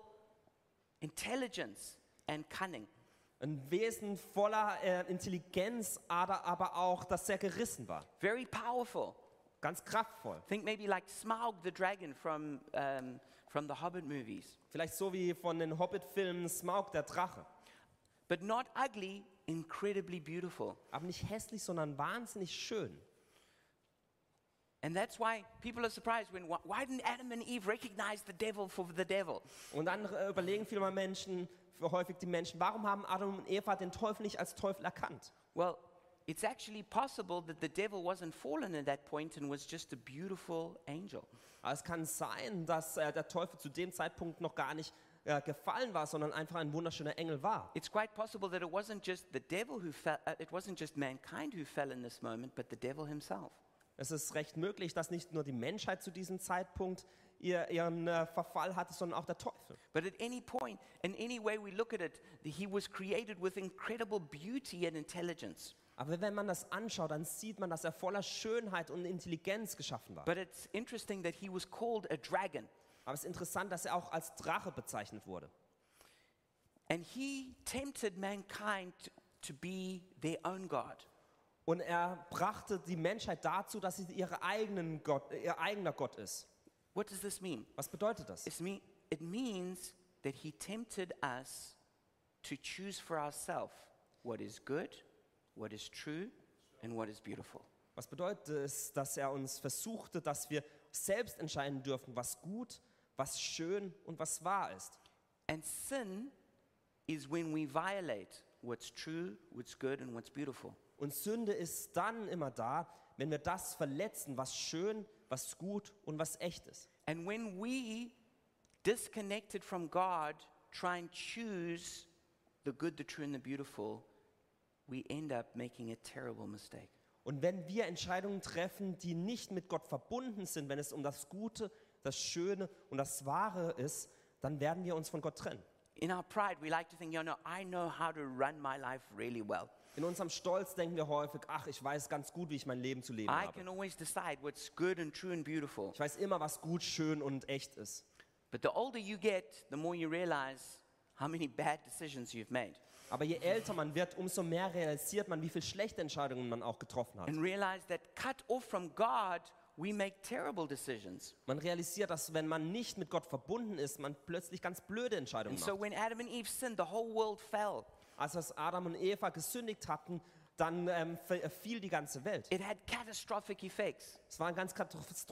Speaker 1: intelligence and cunning.
Speaker 2: Ein Wesen voller äh, Intelligenz, aber, aber auch, das sehr gerissen war.
Speaker 1: Very powerful.
Speaker 2: Ganz kraftvoll.
Speaker 1: Think maybe like Smaug the dragon from, um, from the Hobbit movies.
Speaker 2: Vielleicht so wie von den Hobbit-Filmen Smaug, der Drache.
Speaker 1: But not ugly, incredibly beautiful.
Speaker 2: Aber nicht hässlich, sondern wahnsinnig schön.
Speaker 1: And that's why people are surprised when, why, why didn't Adam and Eve recognize the devil for the devil?
Speaker 2: Und dann äh, überlegen viele mal Menschen, häufig die Menschen, warum haben Adam und Eva den Teufel nicht als Teufel erkannt?
Speaker 1: Well, it's actually possible that the devil wasn't fallen at that point and was just a beautiful angel.
Speaker 2: Aber es kann sein, dass äh, der Teufel zu dem Zeitpunkt noch gar nicht äh, gefallen war, sondern einfach ein wunderschöner Engel war.
Speaker 1: It's quite possible that it wasn't just the devil who fell, uh, it wasn't just mankind who fell in this moment, but the devil himself.
Speaker 2: Es ist recht möglich, dass nicht nur die Menschheit zu diesem Zeitpunkt ihr, ihren äh, Verfall hatte, sondern auch der Teufel.
Speaker 1: But at any point, in any way we look at it, the- he was created with incredible beauty and intelligence.
Speaker 2: Aber wenn man das anschaut, dann sieht man, dass er voller Schönheit und Intelligenz geschaffen war.
Speaker 1: But it's interesting that he was called a dragon.
Speaker 2: Aber es ist interessant, dass er auch als Drache bezeichnet wurde.
Speaker 1: And he tempted mankind t- to be their own God.
Speaker 2: Und er brachte die Menschheit dazu, dass sie ihre eigenen Gott, ihr eigener Gott ist.
Speaker 1: What does this mean?
Speaker 2: Was bedeutet das?
Speaker 1: It's me- it means that he tempted us to choose for ourselves what is good, what is true, and what is beautiful.
Speaker 2: Was bedeutet es, dass er uns versuchte, dass wir selbst entscheiden dürfen, was gut, was schön und was wahr ist?
Speaker 1: And sin is when we violate what's true, what's good, and what's beautiful.
Speaker 2: Und Sünde ist dann immer da, wenn wir das verletzen, was schön, was gut und was echt ist.
Speaker 1: And when we, disconnected from God, try and choose the good, the true, and the beautiful, we end up making a terrible mistake.
Speaker 2: Und wenn wir Entscheidungen treffen, die nicht mit Gott verbunden sind, wenn es um das Gute, das Schöne und das Wahre ist, dann werden wir uns von Gott trennen.
Speaker 1: In our pride, we like to think, you know, I know how to run my life really well.
Speaker 2: In unserem Stolz denken wir häufig, ach, ich weiß ganz gut, wie ich mein Leben zu leben
Speaker 1: I
Speaker 2: habe.
Speaker 1: can always decide what's good and true and beautiful.
Speaker 2: Ich weiß immer, was gut, schön und echt ist.
Speaker 1: But the older you get, the more you realize how many bad decisions you've made.
Speaker 2: Aber je älter man wird, umso mehr realisiert man, wie viele schlechte Entscheidungen man auch getroffen hat.
Speaker 1: And realize that cut off from God, we make terrible decisions.
Speaker 2: Man realisiert, dass wenn man nicht mit Gott verbunden ist, man plötzlich ganz blöde Entscheidungen
Speaker 1: And so
Speaker 2: macht.
Speaker 1: when Adam and Eve sinned, the whole world fell.
Speaker 2: Als das Adam und Eva gesündigt hatten, dann ähm, fiel die ganze Welt.
Speaker 1: It had catastrophic effects.
Speaker 2: Es waren ganz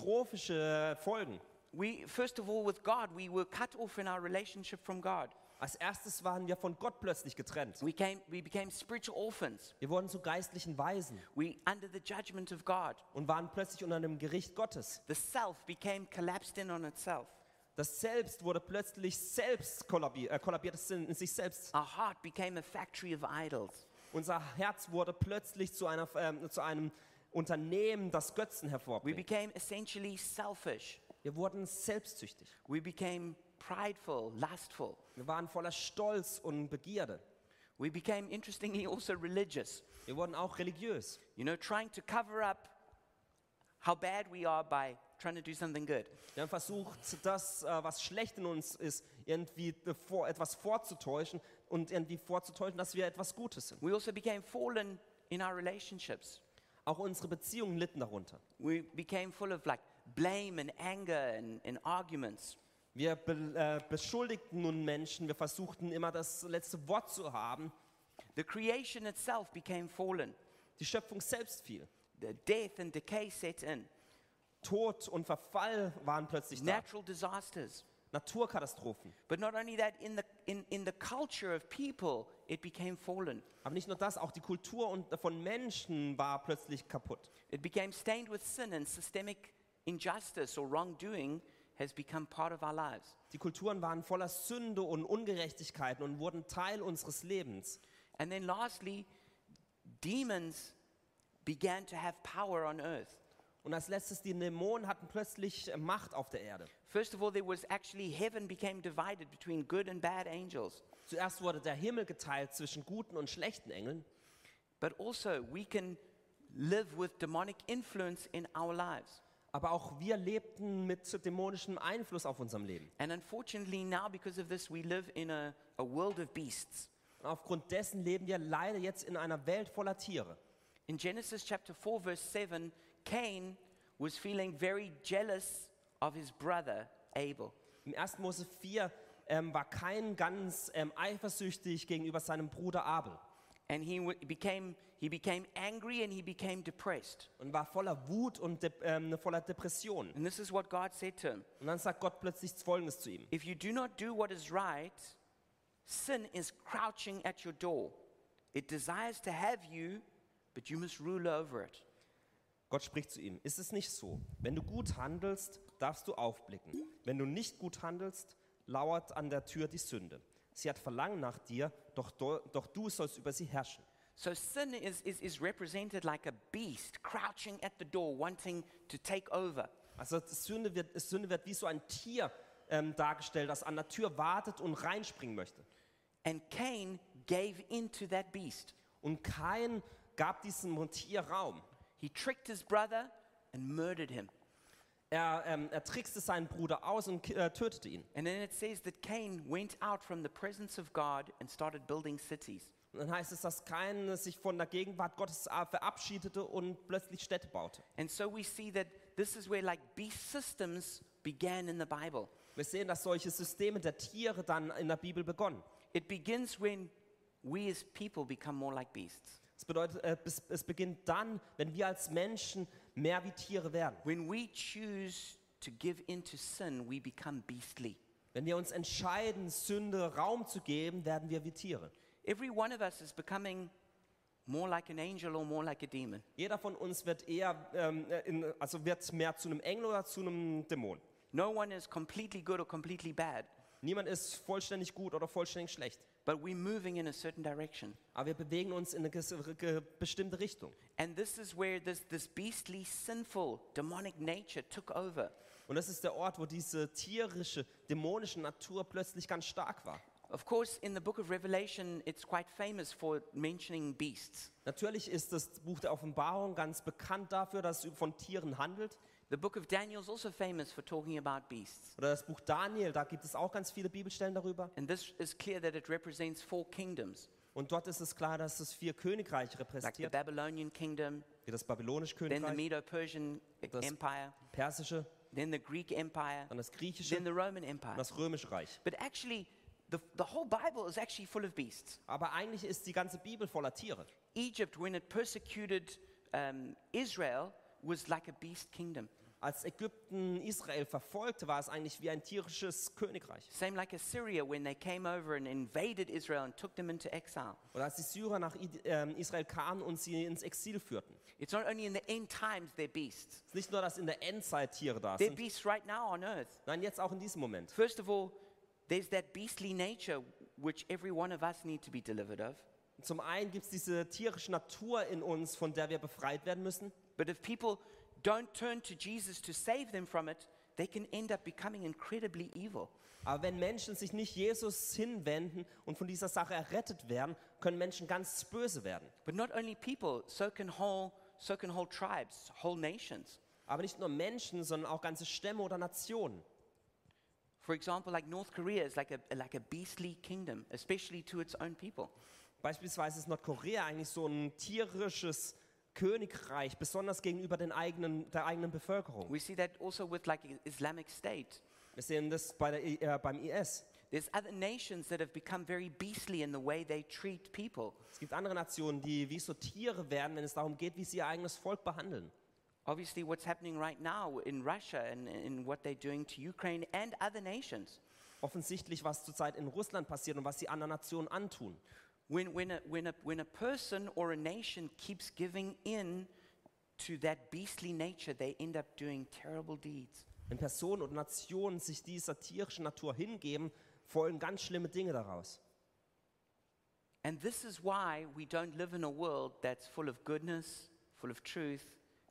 Speaker 2: katastrophische Folgen.
Speaker 1: We, first of all, with God, we were cut off in our relationship from God.
Speaker 2: Als erstes waren wir von Gott plötzlich getrennt.
Speaker 1: We, came, we became spiritual orphans.
Speaker 2: Wir wurden zu geistlichen Weisen
Speaker 1: We under the judgment of God.
Speaker 2: und waren plötzlich unter dem Gericht Gottes.
Speaker 1: The self became collapsed in on itself.
Speaker 2: Das Selbst wurde plötzlich selbst kollabiert, äh, kollabiert es in in sich selbst.
Speaker 1: Our heart became a factory of idols.
Speaker 2: Unser Herz wurde plötzlich zu, einer, ähm, zu einem Unternehmen, das Götzen
Speaker 1: We
Speaker 2: hervorbringt.
Speaker 1: became essentially selfish.
Speaker 2: Wir wurden selbstsüchtig.
Speaker 1: We became prideful, lustful.
Speaker 2: Wir waren voller Stolz und Begierde.
Speaker 1: We became, interestingly, also religious.
Speaker 2: Wir wurden auch religiös.
Speaker 1: You know, trying to cover up how bad we are by trying to do something good.
Speaker 2: Wir haben versucht, das, äh, was schlecht in uns ist, irgendwie äh, vor, etwas vorzutäuschen und irgendwie vorzutäuschen, dass wir etwas Gutes sind.
Speaker 1: We also became fallen in our relationships.
Speaker 2: Auch unsere Beziehungen litten darunter.
Speaker 1: We became full of like blame and anger and, and arguments.
Speaker 2: Wir be äh, beschuldigten nun Menschen, wir versuchten immer das letzte Wort zu haben.
Speaker 1: The creation itself became fallen.
Speaker 2: Die Schöpfung selbst fiel.
Speaker 1: The death and decay set in.
Speaker 2: Tod und Verfall waren plötzlich da.
Speaker 1: Natural disasters.
Speaker 2: Naturkatastrophen.
Speaker 1: But not only that, in the, in, in the culture of people, it became fallen.
Speaker 2: Aber nicht nur das, auch die Kultur und von Menschen war plötzlich kaputt.
Speaker 1: It became stained with sin, and systemic injustice or wrongdoing has become part of our lives.
Speaker 2: Die Kulturen waren voller Sünde und Ungerechtigkeiten und wurden Teil unseres Lebens.
Speaker 1: And then, lastly, demons began to have power on earth.
Speaker 2: Und als letztes, die Dämonen hatten plötzlich äh, Macht auf der Erde.
Speaker 1: First of all, there was actually heaven became divided between good and bad angels.
Speaker 2: Zuerst wurde der Himmel geteilt zwischen guten und schlechten Engeln.
Speaker 1: But also, we can live with demonic influence in our lives.
Speaker 2: Aber auch wir lebten mit dämonischem Einfluss auf unserem Leben.
Speaker 1: And unfortunately, now because of this, we live in a, a world of beasts.
Speaker 2: Und aufgrund dessen leben wir leider jetzt in einer Welt voller Tiere.
Speaker 1: In Genesis chapter 4, verse 7, Cain was feeling very jealous of his brother Abel.
Speaker 2: Im 1. Mose 4 ähm, war Kain ganz ähm, eifersüchtig gegenüber seinem Bruder Abel
Speaker 1: And he w- became, he became angry and he became depressed.
Speaker 2: und war voller Wut und de ähm, voller Depression.
Speaker 1: And this is what God said to him
Speaker 2: Und dann sagt Gott plötzlich Folgendes zu ihm.
Speaker 1: If you do not do what is right, sin is crouching at your door. It desires to have you, but you must rule over it.
Speaker 2: Gott spricht zu ihm, ist es nicht so? Wenn du gut handelst, darfst du aufblicken. Wenn du nicht gut handelst, lauert an der Tür die Sünde. Sie hat Verlangen nach dir, doch, do, doch du sollst über sie herrschen.
Speaker 1: So sin is, is, is represented like a beast crouching at the door, wanting to take over.
Speaker 2: Also die Sünde wird, die Sünde wird wie so ein Tier ähm, dargestellt, das an der Tür wartet und reinspringen möchte.
Speaker 1: And Cain gave in to that beast.
Speaker 2: Und Kain gab diesem Tier Raum.
Speaker 1: He tricked his brother and murdered him.
Speaker 2: Er, ähm, er trickste seinen Bruder aus und ki- äh, tötete ihn.
Speaker 1: And then it says that Cain went out from the presence of God and started building cities.
Speaker 2: Und dann heißt es, dass Kain sich von der Gegenwart Gottes äh, verabschiedete und plötzlich Städte baute.
Speaker 1: And so we see that this is where like beast systems began in the Bible.
Speaker 2: Wir sehen, dass solche Systeme der Tiere dann in der Bibel begonnen.
Speaker 1: It begins when we as people become more like beasts.
Speaker 2: Es bedeutet, äh, es, es beginnt dann, wenn wir als Menschen mehr wie Tiere werden.
Speaker 1: When we choose to give in to sin, we become beastly.
Speaker 2: Wenn wir uns entscheiden, Sünde Raum zu geben, werden wir wie Tiere.
Speaker 1: Every one of us is becoming more like an angel or more like a demon.
Speaker 2: Jeder von uns wird eher, ähm, äh, in, also wird mehr zu einem Engel oder zu einem Dämon.
Speaker 1: No one is completely good or completely bad,
Speaker 2: Niemand ist vollständig gut oder vollständig schlecht.
Speaker 1: but we're moving in a certain direction.
Speaker 2: Aber wir bewegen uns in eine gewisse- ge- bestimmte Richtung.
Speaker 1: And this is where this, this beastly, sinful, demonic nature took over.
Speaker 2: Und das ist der Ort, wo diese tierische, dämonische Natur plötzlich ganz stark war.
Speaker 1: Of course, in the book of Revelation, it's quite famous for mentioning beasts.
Speaker 2: Natürlich ist das Buch der Offenbarung ganz bekannt dafür, dass es von Tieren handelt.
Speaker 1: The book of Daniel is also famous for talking about beasts.
Speaker 2: Oder das Buch Daniel, da gibt es auch ganz viele Bibelstellen darüber.
Speaker 1: And this is clear that it represents four kingdoms,
Speaker 2: Und dort ist es klar, dass es vier Königreiche
Speaker 1: like the
Speaker 2: repräsentiert.
Speaker 1: Babylonian kingdom,
Speaker 2: Wie das babylonische
Speaker 1: then the
Speaker 2: Königreich,
Speaker 1: Medo Persian
Speaker 2: Das-
Speaker 1: Empire,
Speaker 2: persische,
Speaker 1: then the Greek Empire,
Speaker 2: dann das griechische
Speaker 1: then
Speaker 2: und
Speaker 1: the Roman Empire.
Speaker 2: das römische Reich.
Speaker 1: But actually, the, the whole Bible is actually full of beasts.
Speaker 2: Aber eigentlich ist die ganze Bibel voller Tiere.
Speaker 1: Egypt, when it persecuted um, Israel, was like a beast kingdom.
Speaker 2: Als Ägypten Israel verfolgte, war es eigentlich wie ein tierisches Königreich.
Speaker 1: Same like Assyria when they came over and invaded Israel and took them into exile.
Speaker 2: Und als die Syrer nach I- ähm, Israel kamen und sie ins Exil führten.
Speaker 1: It's not only in the end times they're beasts.
Speaker 2: Es ist nicht nur, dass in der Endzeit Tiere da
Speaker 1: They're
Speaker 2: sind,
Speaker 1: beasts right now on earth.
Speaker 2: nein, jetzt auch in diesem Moment.
Speaker 1: First of all, there's that beastly nature which every one of us need to be delivered of.
Speaker 2: Zum einen gibt es diese tierische Natur in uns, von der wir befreit werden müssen.
Speaker 1: But if people don't turn to Jesus to save them from it, they can end up becoming incredibly evil.
Speaker 2: Aber wenn Menschen sich nicht Jesus hinwenden und von dieser Sache errettet werden, können Menschen ganz böse werden.
Speaker 1: But not only people, so can whole, so can whole tribes, whole nations.
Speaker 2: Aber nicht nur Menschen, sondern auch ganze Stämme oder Nationen.
Speaker 1: For example, like North Korea is like a, like a beastly kingdom, especially to its own people.
Speaker 2: Beispielsweise ist Nordkorea eigentlich so ein tierisches Königreich, besonders gegenüber den eigenen, der eigenen Bevölkerung.
Speaker 1: We see that also with like I- Islamic State.
Speaker 2: Wir sehen das bei der, I- äh, beim IS.
Speaker 1: There's other nations that have become very beastly in the way they treat people.
Speaker 2: Es gibt andere Nationen, die wie so Tiere werden, wenn es darum geht, wie sie ihr eigenes Volk behandeln.
Speaker 1: Obviously, what's happening right now in Russia and in what they're doing to Ukraine and other nations.
Speaker 2: Offensichtlich, was zurzeit in Russland passiert und was die anderen Nationen antun.
Speaker 1: When, when, a, when, a, when a person or a nation keeps giving in to that beastly nature, they end up doing terrible deeds.
Speaker 2: Wenn Personen und Nationen sich dieser tierischen Natur hingeben, folgen ganz schlimme Dinge daraus.
Speaker 1: And this is why we don't live in a world that's full of goodness, full of truth,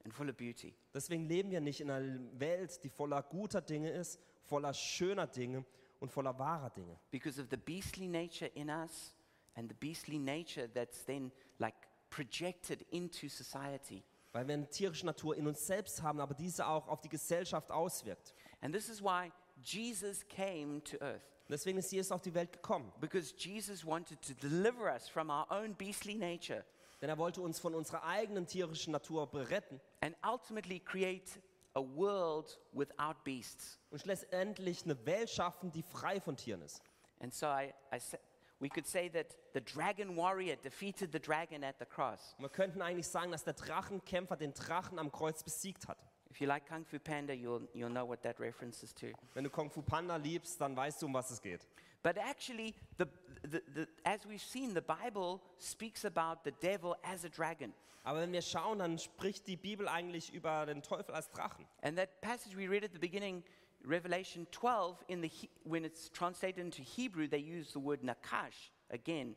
Speaker 1: and full of beauty.
Speaker 2: Deswegen leben wir nicht in einer Welt, die voller guter Dinge ist, voller schöner Dinge und voller wahrer Dinge.
Speaker 1: because of the beastly nature in us and the beastly nature that's then like projected into society.
Speaker 2: Weil wir eine tierische Natur in uns selbst haben, aber diese auch auf die Gesellschaft auswirkt.
Speaker 1: And this is why Jesus came to earth
Speaker 2: Deswegen ist Jesus auf die Welt gekommen.
Speaker 1: because Jesus wanted to deliver us from our own beastly nature
Speaker 2: Denn er wollte uns von unserer eigenen tierischen Natur retten
Speaker 1: and ultimately create a world without beasts.
Speaker 2: und letztendlich eine Welt schaffen, die frei von Tieren ist.
Speaker 1: And so I, I sa- we could say that the dragon warrior defeated the dragon at the cross.
Speaker 2: Und wir könnten eigentlich sagen, dass der Drachenkämpfer den Drachen am Kreuz besiegt hat.
Speaker 1: If you like Kung Fu Panda, you'll, you'll know what that reference is to.
Speaker 2: Wenn du Kung Fu Panda liebst, dann weißt du, um was es geht.
Speaker 1: But actually, the, the, the, as we've seen, the Bible speaks about the devil as a dragon.
Speaker 2: Aber wenn wir schauen, dann spricht die Bibel eigentlich über den Teufel als Drachen.
Speaker 1: And that passage we read at the beginning, Revelation 12, in the he- when it's translated into Hebrew, they use the word nakash again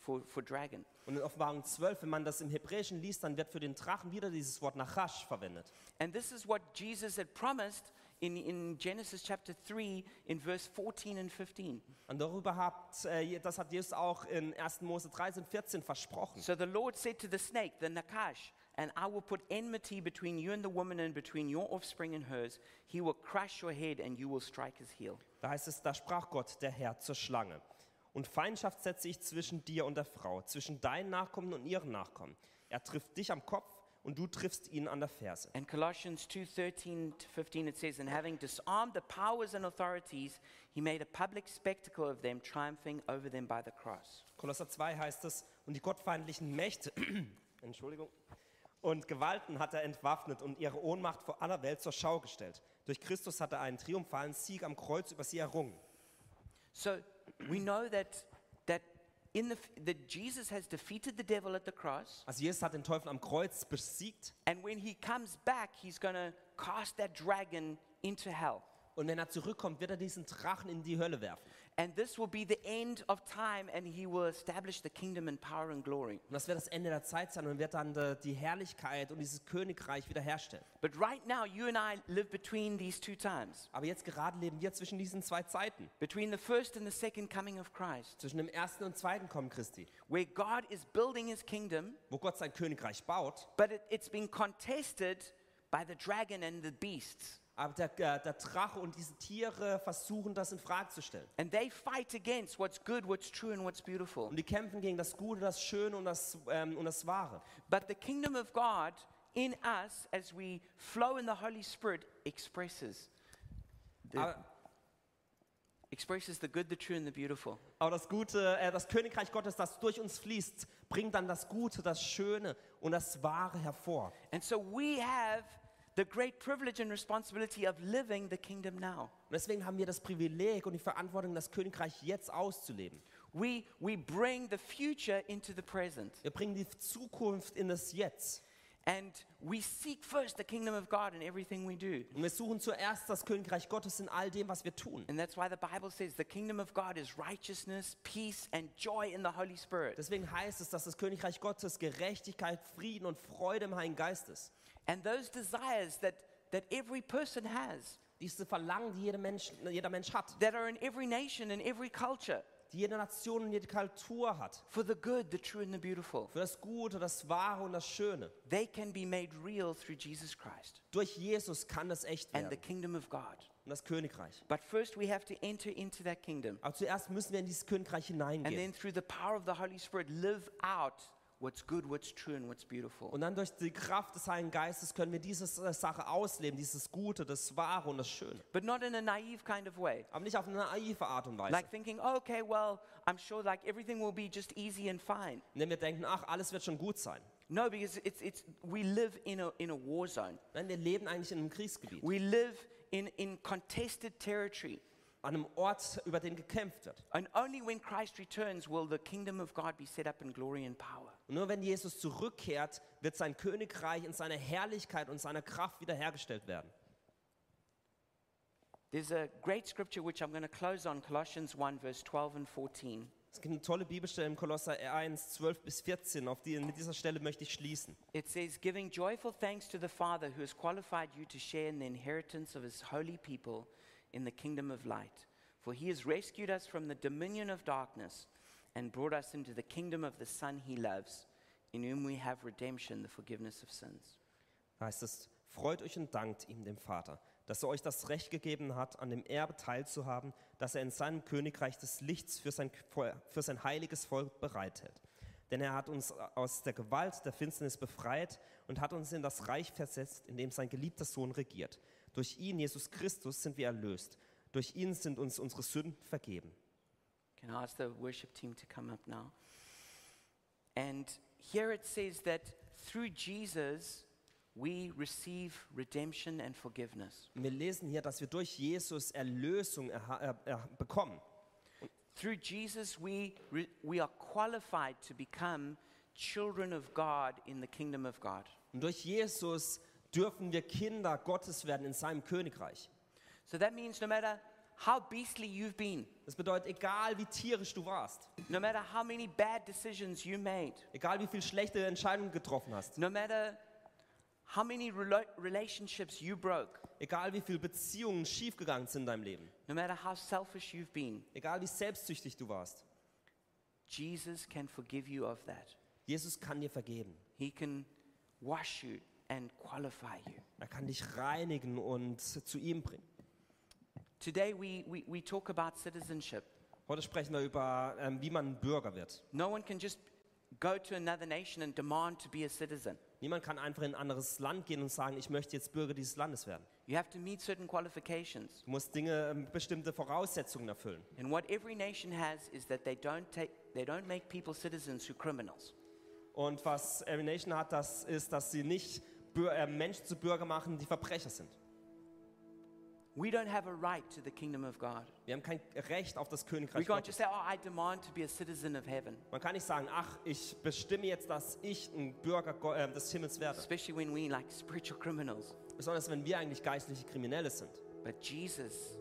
Speaker 1: for, for dragon.
Speaker 2: Und in Offenbarung 12, wenn man das im Hebräischen liest, dann wird für den Drachen wieder dieses Wort Nachash verwendet.
Speaker 1: And this is what Jesus had promised in, in Genesis chapter 3, in verse 14 and 15.
Speaker 2: Und darüber hat, äh, Je- das hat Jesus auch in 1. Mose 13, 14 versprochen.
Speaker 1: So the Lord said to the snake, the Nakash, and I will put enmity between you and the woman and between your offspring and hers. He will crush your head and you will strike his heel.
Speaker 2: Da heißt es, da sprach Gott, der Herr, zur Schlange. Und Feindschaft setze ich zwischen dir und der Frau, zwischen deinen Nachkommen und ihren Nachkommen. Er trifft dich am Kopf und du triffst ihn an der Ferse.
Speaker 1: And Colossians 2:13 to 15 it says, and having disarmed the powers and authorities, he made a public spectacle of them, triumphing over them by the cross.
Speaker 2: Kolosser 2 heißt es, und die gottfeindlichen Mächte, Entschuldigung, und Gewalten hat er entwaffnet und ihre Ohnmacht vor aller Welt zur Schau gestellt. Durch Christus hat er einen triumphalen Sieg am Kreuz über sie errungen.
Speaker 1: So we know that that in the f- that Jesus has defeated the devil at the cross,
Speaker 2: Also Jesus hat den Teufel am Kreuz besiegt
Speaker 1: and when he comes back, he's going to cast that dragon into hell.
Speaker 2: und wenn er zurückkommt, wird er diesen Drachen in die Hölle werfen.
Speaker 1: And this will be the end of time, and he will establish the kingdom in power and glory.
Speaker 2: Und das wird das Ende der Zeit sein und wird dann äh, die Herrlichkeit und dieses Königreich wiederherstellen.
Speaker 1: But right now, you and I live between these two times
Speaker 2: Aber jetzt gerade leben wir zwischen diesen zwei Zeiten,
Speaker 1: between the first and the second coming of Christ,
Speaker 2: zwischen dem ersten und zweiten Kommen Christi,
Speaker 1: where God is building his kingdom,
Speaker 2: wo Gott sein Königreich baut,
Speaker 1: but it, it's being contested by the dragon and the beasts.
Speaker 2: aber der, der, der Drache und diese Tiere versuchen, das in Frage zu stellen.
Speaker 1: And they fight against what's good, what's true, and what's beautiful.
Speaker 2: Und die kämpfen gegen das Gute, das Schöne und das, ähm, und das Wahre.
Speaker 1: But the kingdom of God in us, as we flow in the Holy Spirit, expresses the,
Speaker 2: Aber,
Speaker 1: expresses the good, the true, and the beautiful.
Speaker 2: aber das Gute, äh, das Königreich Gottes, das durch uns fließt, bringt dann das Gute, das Schöne und das Wahre hervor.
Speaker 1: And so we have the great privilege and responsibility of living the kingdom now.
Speaker 2: Und deswegen haben wir das Privileg und die Verantwortung, das Königreich jetzt auszuleben.
Speaker 1: We, we bring the future into the present
Speaker 2: Wir bringen die Zukunft in das Jetzt.
Speaker 1: and we seek first the kingdom of God in everything we do.
Speaker 2: Und wir suchen zuerst das Königreich Gottes in all dem, was wir tun.
Speaker 1: And that's why the Bible says the kingdom of God is righteousness, peace, and joy in the Holy Spirit.
Speaker 2: Deswegen heißt es, dass das Königreich Gottes Gerechtigkeit, Frieden und Freude im Heiligen Geist ist.
Speaker 1: And those desires that, that every person has,
Speaker 2: Diese Verlangen, die jeder Mensch, jeder Mensch hat,
Speaker 1: that are in every nation and every culture,
Speaker 2: die jede Nation und jede Kultur hat,
Speaker 1: for the good, the true, and the beautiful,
Speaker 2: für das Gute, das Wahre und das Schöne.
Speaker 1: they can be made real through Jesus Christ
Speaker 2: Durch Jesus kann das echt
Speaker 1: and
Speaker 2: werden
Speaker 1: the kingdom of God.
Speaker 2: und das Königreich.
Speaker 1: But first, we have to enter into that kingdom.
Speaker 2: Aber zuerst müssen wir in dieses Königreich
Speaker 1: And
Speaker 2: hineingehen
Speaker 1: then, through the power of the Holy Spirit, live out what's good, what's true, and what's beautiful.
Speaker 2: und dann durch die Kraft des Heiligen Geistes können wir diese äh, Sache ausleben, dieses Gute, das Wahre und das Schöne.
Speaker 1: But not in a naive kind of way.
Speaker 2: Aber nicht auf eine naive Art und Weise.
Speaker 1: Like thinking, "Oh, okay, well, I'm sure like everything will be just easy and fine.
Speaker 2: Denn wir denken, ach, alles wird schon gut sein.
Speaker 1: No, because it's, it's, we live in a, in a war zone.
Speaker 2: Nein, wir leben eigentlich in einem Kriegsgebiet,
Speaker 1: We live in, in contested territory.
Speaker 2: an einem Ort, über den gekämpft wird.
Speaker 1: And only when Christ returns will the kingdom of God be set up in glory and power.
Speaker 2: Und nur wenn Jesus zurückkehrt, wird sein Königreich in seiner Herrlichkeit und seiner Kraft wiederhergestellt werden.
Speaker 1: There's a great scripture which I'm going to close on Colossians 1, verse 12 and 14.
Speaker 2: Es gibt eine tolle Bibelstelle im Kolosser 1, 12 bis 14, auf die, mit dieser Stelle möchte ich schließen.
Speaker 1: It says, giving joyful thanks to the Father who has qualified you to share in the inheritance of his holy people in the kingdom of light. For he has rescued us from the dominion of darkness and brought us into the kingdom of the Son he loves, in whom we have redemption, the forgiveness of sins.
Speaker 2: Da heißt es, freut euch und dankt ihm, dem Vater, dass er euch das Recht gegeben hat, an dem Erbe teilzuhaben, das er in seinem Königreich des Lichts für sein, für sein heiliges Volk bereithält. Denn er hat uns aus der Gewalt der Finsternis befreit und hat uns in das Reich versetzt, in dem sein geliebter Sohn regiert. Durch ihn, Jesus Christus, sind wir erlöst. Durch ihn sind uns unsere Sünden vergeben.
Speaker 1: Can I ask the worship team to come up now? And here it says that through Jesus, we receive redemption and forgiveness.
Speaker 2: Und wir lesen hier, dass wir durch Jesus Erlösung erha- er, er, bekommen.
Speaker 1: Through Jesus, we, re- we are qualified to become children of God in the kingdom of God.
Speaker 2: Und durch Jesus dürfen wir Kinder Gottes werden in seinem Königreich.
Speaker 1: So that means no matter how beastly you've been,
Speaker 2: Das bedeutet, egal wie tierisch du warst,
Speaker 1: no matter how many bad decisions you made,
Speaker 2: egal wie viel schlechte Entscheidungen getroffen hast,
Speaker 1: no matter how many relo- relationships you broke,
Speaker 2: egal wie viele Beziehungen schiefgegangen sind in deinem Leben,
Speaker 1: no matter how selfish you've been,
Speaker 2: egal wie selbstsüchtig du warst,
Speaker 1: Jesus can forgive you of that.
Speaker 2: Jesus kann dir vergeben.
Speaker 1: He can wash you and qualify you.
Speaker 2: Er kann dich reinigen und zu ihm bringen.
Speaker 1: Today, we, we, we talk about citizenship.
Speaker 2: Heute sprechen wir über, ähm, wie man ein Bürger wird.
Speaker 1: No one can just go to another nation and demand to be a citizen.
Speaker 2: Niemand kann einfach in ein anderes Land gehen und sagen, ich möchte jetzt Bürger dieses Landes werden.
Speaker 1: You have to meet certain qualifications.
Speaker 2: Du musst Dinge, ähm, bestimmte Voraussetzungen erfüllen.
Speaker 1: And what every nation has is that they don't, take, they don't make people citizens who criminals.
Speaker 2: Und was Every Nation hat, das ist, dass sie nicht Bür äh, Menschen zu Bürger machen, die Verbrecher sind.
Speaker 1: We don't have a right to the kingdom of God.
Speaker 2: Wir haben kein Recht auf das
Speaker 1: We
Speaker 2: Königreich
Speaker 1: can't
Speaker 2: Gottes.
Speaker 1: just say, oh, I demand to be a citizen of heaven,
Speaker 2: Man kann nicht sagen, ach, ich bestimme jetzt, dass ich ein Bürger Go- äh, des Himmels werde.
Speaker 1: especially when we like spiritual criminals.
Speaker 2: Besonders wenn wir eigentlich geistliche Kriminelle sind.
Speaker 1: But Jesus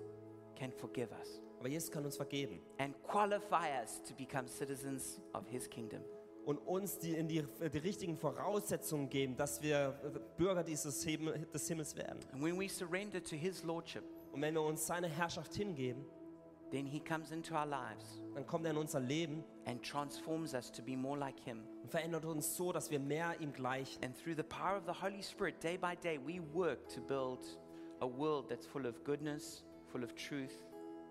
Speaker 1: can forgive us
Speaker 2: Aber Jesus kann uns vergeben
Speaker 1: and qualify us to become citizens of his kingdom.
Speaker 2: und uns die, in die, äh, die richtigen Voraussetzungen geben, dass wir äh, Bürger dieses Himmel, des Himmels werden.
Speaker 1: And when we surrender to his lordship,
Speaker 2: Und wenn wir uns seine Herrschaft hingeben,
Speaker 1: then he comes into our lives
Speaker 2: dann kommt er in unser Leben
Speaker 1: and transforms us to be more like him.
Speaker 2: und verändert uns so, dass wir mehr ihm gleichen.
Speaker 1: And through the power of the Holy Spirit, day by day, we work to build a world that's full of goodness, full of truth,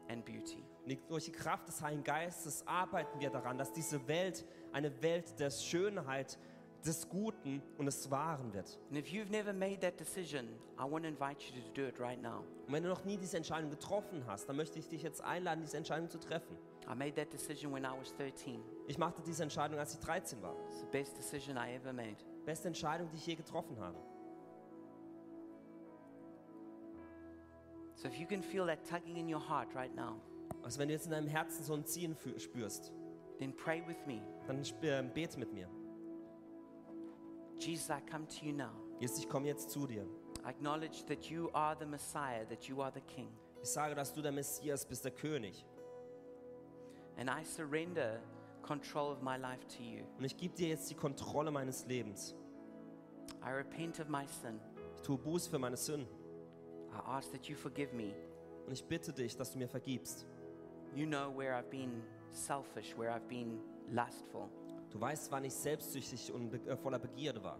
Speaker 1: and beauty.
Speaker 2: Und durch die Kraft des Heiligen Geistes arbeiten wir daran, dass diese Welt eine Welt der Schönheit, des Guten und des Wahren wird.
Speaker 1: And if you've never made that decision, I want to invite you to do it right now.
Speaker 2: Und wenn du noch nie diese Entscheidung getroffen hast, dann möchte ich dich jetzt einladen, diese Entscheidung zu treffen.
Speaker 1: I made that decision when I was 13.
Speaker 2: Ich machte diese Entscheidung, als ich 13 war.
Speaker 1: It's the best decision I ever made.
Speaker 2: Beste Entscheidung, die ich je getroffen habe.
Speaker 1: So if you can feel that tugging in your heart right now,
Speaker 2: Also wenn du jetzt in deinem Herzen so ein Ziehen fü- spürst,
Speaker 1: then pray with me.
Speaker 2: dann sp- äh, bete mit mir.
Speaker 1: Jesus, I come to you now.
Speaker 2: Jesus, ich komme jetzt zu dir.
Speaker 1: I acknowledge that you are the Messiah, that you are the King.
Speaker 2: Ich sage, dass du der Messias bist, der König.
Speaker 1: And I surrender control of my life to you.
Speaker 2: Und ich gebe dir jetzt die Kontrolle meines Lebens.
Speaker 1: I repent of my sin.
Speaker 2: Ich tue Buße für meine Sünden.
Speaker 1: I ask that you forgive me.
Speaker 2: Und ich bitte dich, dass du mir vergibst.
Speaker 1: You know where I've been selfish, where I've been lustful.
Speaker 2: Du weißt, wann ich selbstsüchtig und be äh, voller Begierde war.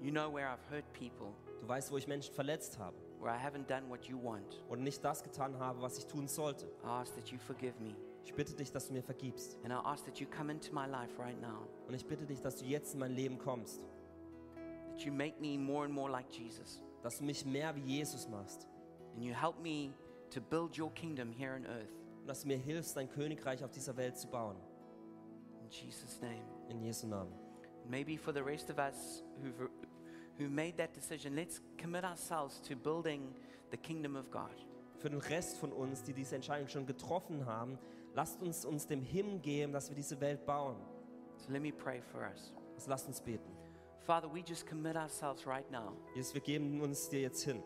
Speaker 1: You know where I've hurt people,
Speaker 2: Du weißt, wo ich Menschen verletzt habe
Speaker 1: where I haven't done what you want.
Speaker 2: und nicht das getan habe, was ich tun sollte.
Speaker 1: I ask that you forgive me.
Speaker 2: Ich bitte dich, dass du mir vergibst.
Speaker 1: And I ask that you come into my life right now,
Speaker 2: Und ich bitte dich, dass du jetzt in mein Leben kommst.
Speaker 1: that you make me more and more like Jesus.
Speaker 2: Dass du mich mehr wie Jesus machst.
Speaker 1: And you help me to build your kingdom here on earth.
Speaker 2: Und dass du mir hilfst, dein Königreich auf dieser Welt zu bauen.
Speaker 1: In Jesus' name.
Speaker 2: In Jesu Namen.
Speaker 1: Maybe for the rest of us who've, who made that decision, let's commit ourselves to building the kingdom of God.
Speaker 2: Für den Rest von uns, die diese Entscheidung schon getroffen haben, lasst uns uns dem hingeben, dass wir diese Welt bauen.
Speaker 1: So let me pray for us.
Speaker 2: Also lasst uns beten.
Speaker 1: Father, we just commit ourselves right now
Speaker 2: Jesus, wir geben uns dir jetzt hin,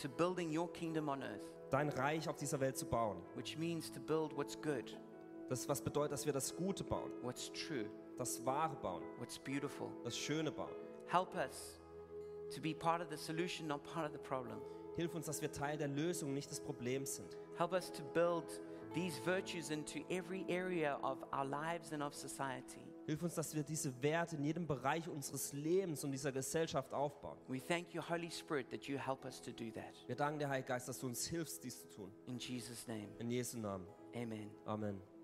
Speaker 1: to building your kingdom on earth,
Speaker 2: dein Reich auf dieser Welt zu bauen.
Speaker 1: which means to build what's good,
Speaker 2: Das, was bedeutet, dass wir das Gute bauen,
Speaker 1: what's true,
Speaker 2: das Wahre bauen,
Speaker 1: what's beautiful.
Speaker 2: das Schöne bauen.
Speaker 1: Help us to be part of the solution, not part of the problem.
Speaker 2: Hilf uns, dass wir Teil der Lösung, nicht des Problems sind.
Speaker 1: Help us to build these virtues into every area of our lives and of society.
Speaker 2: Hilf uns, dass wir diese Werte in jedem Bereich unseres Lebens und dieser Gesellschaft aufbauen.
Speaker 1: We thank you, Holy Spirit, that you help us to do that.
Speaker 2: Wir danken dir, Heiliger Geist, dass du uns hilfst, dies zu tun.
Speaker 1: In Jesus' name,
Speaker 2: In Jesu Namen.
Speaker 1: amen.
Speaker 2: Amen.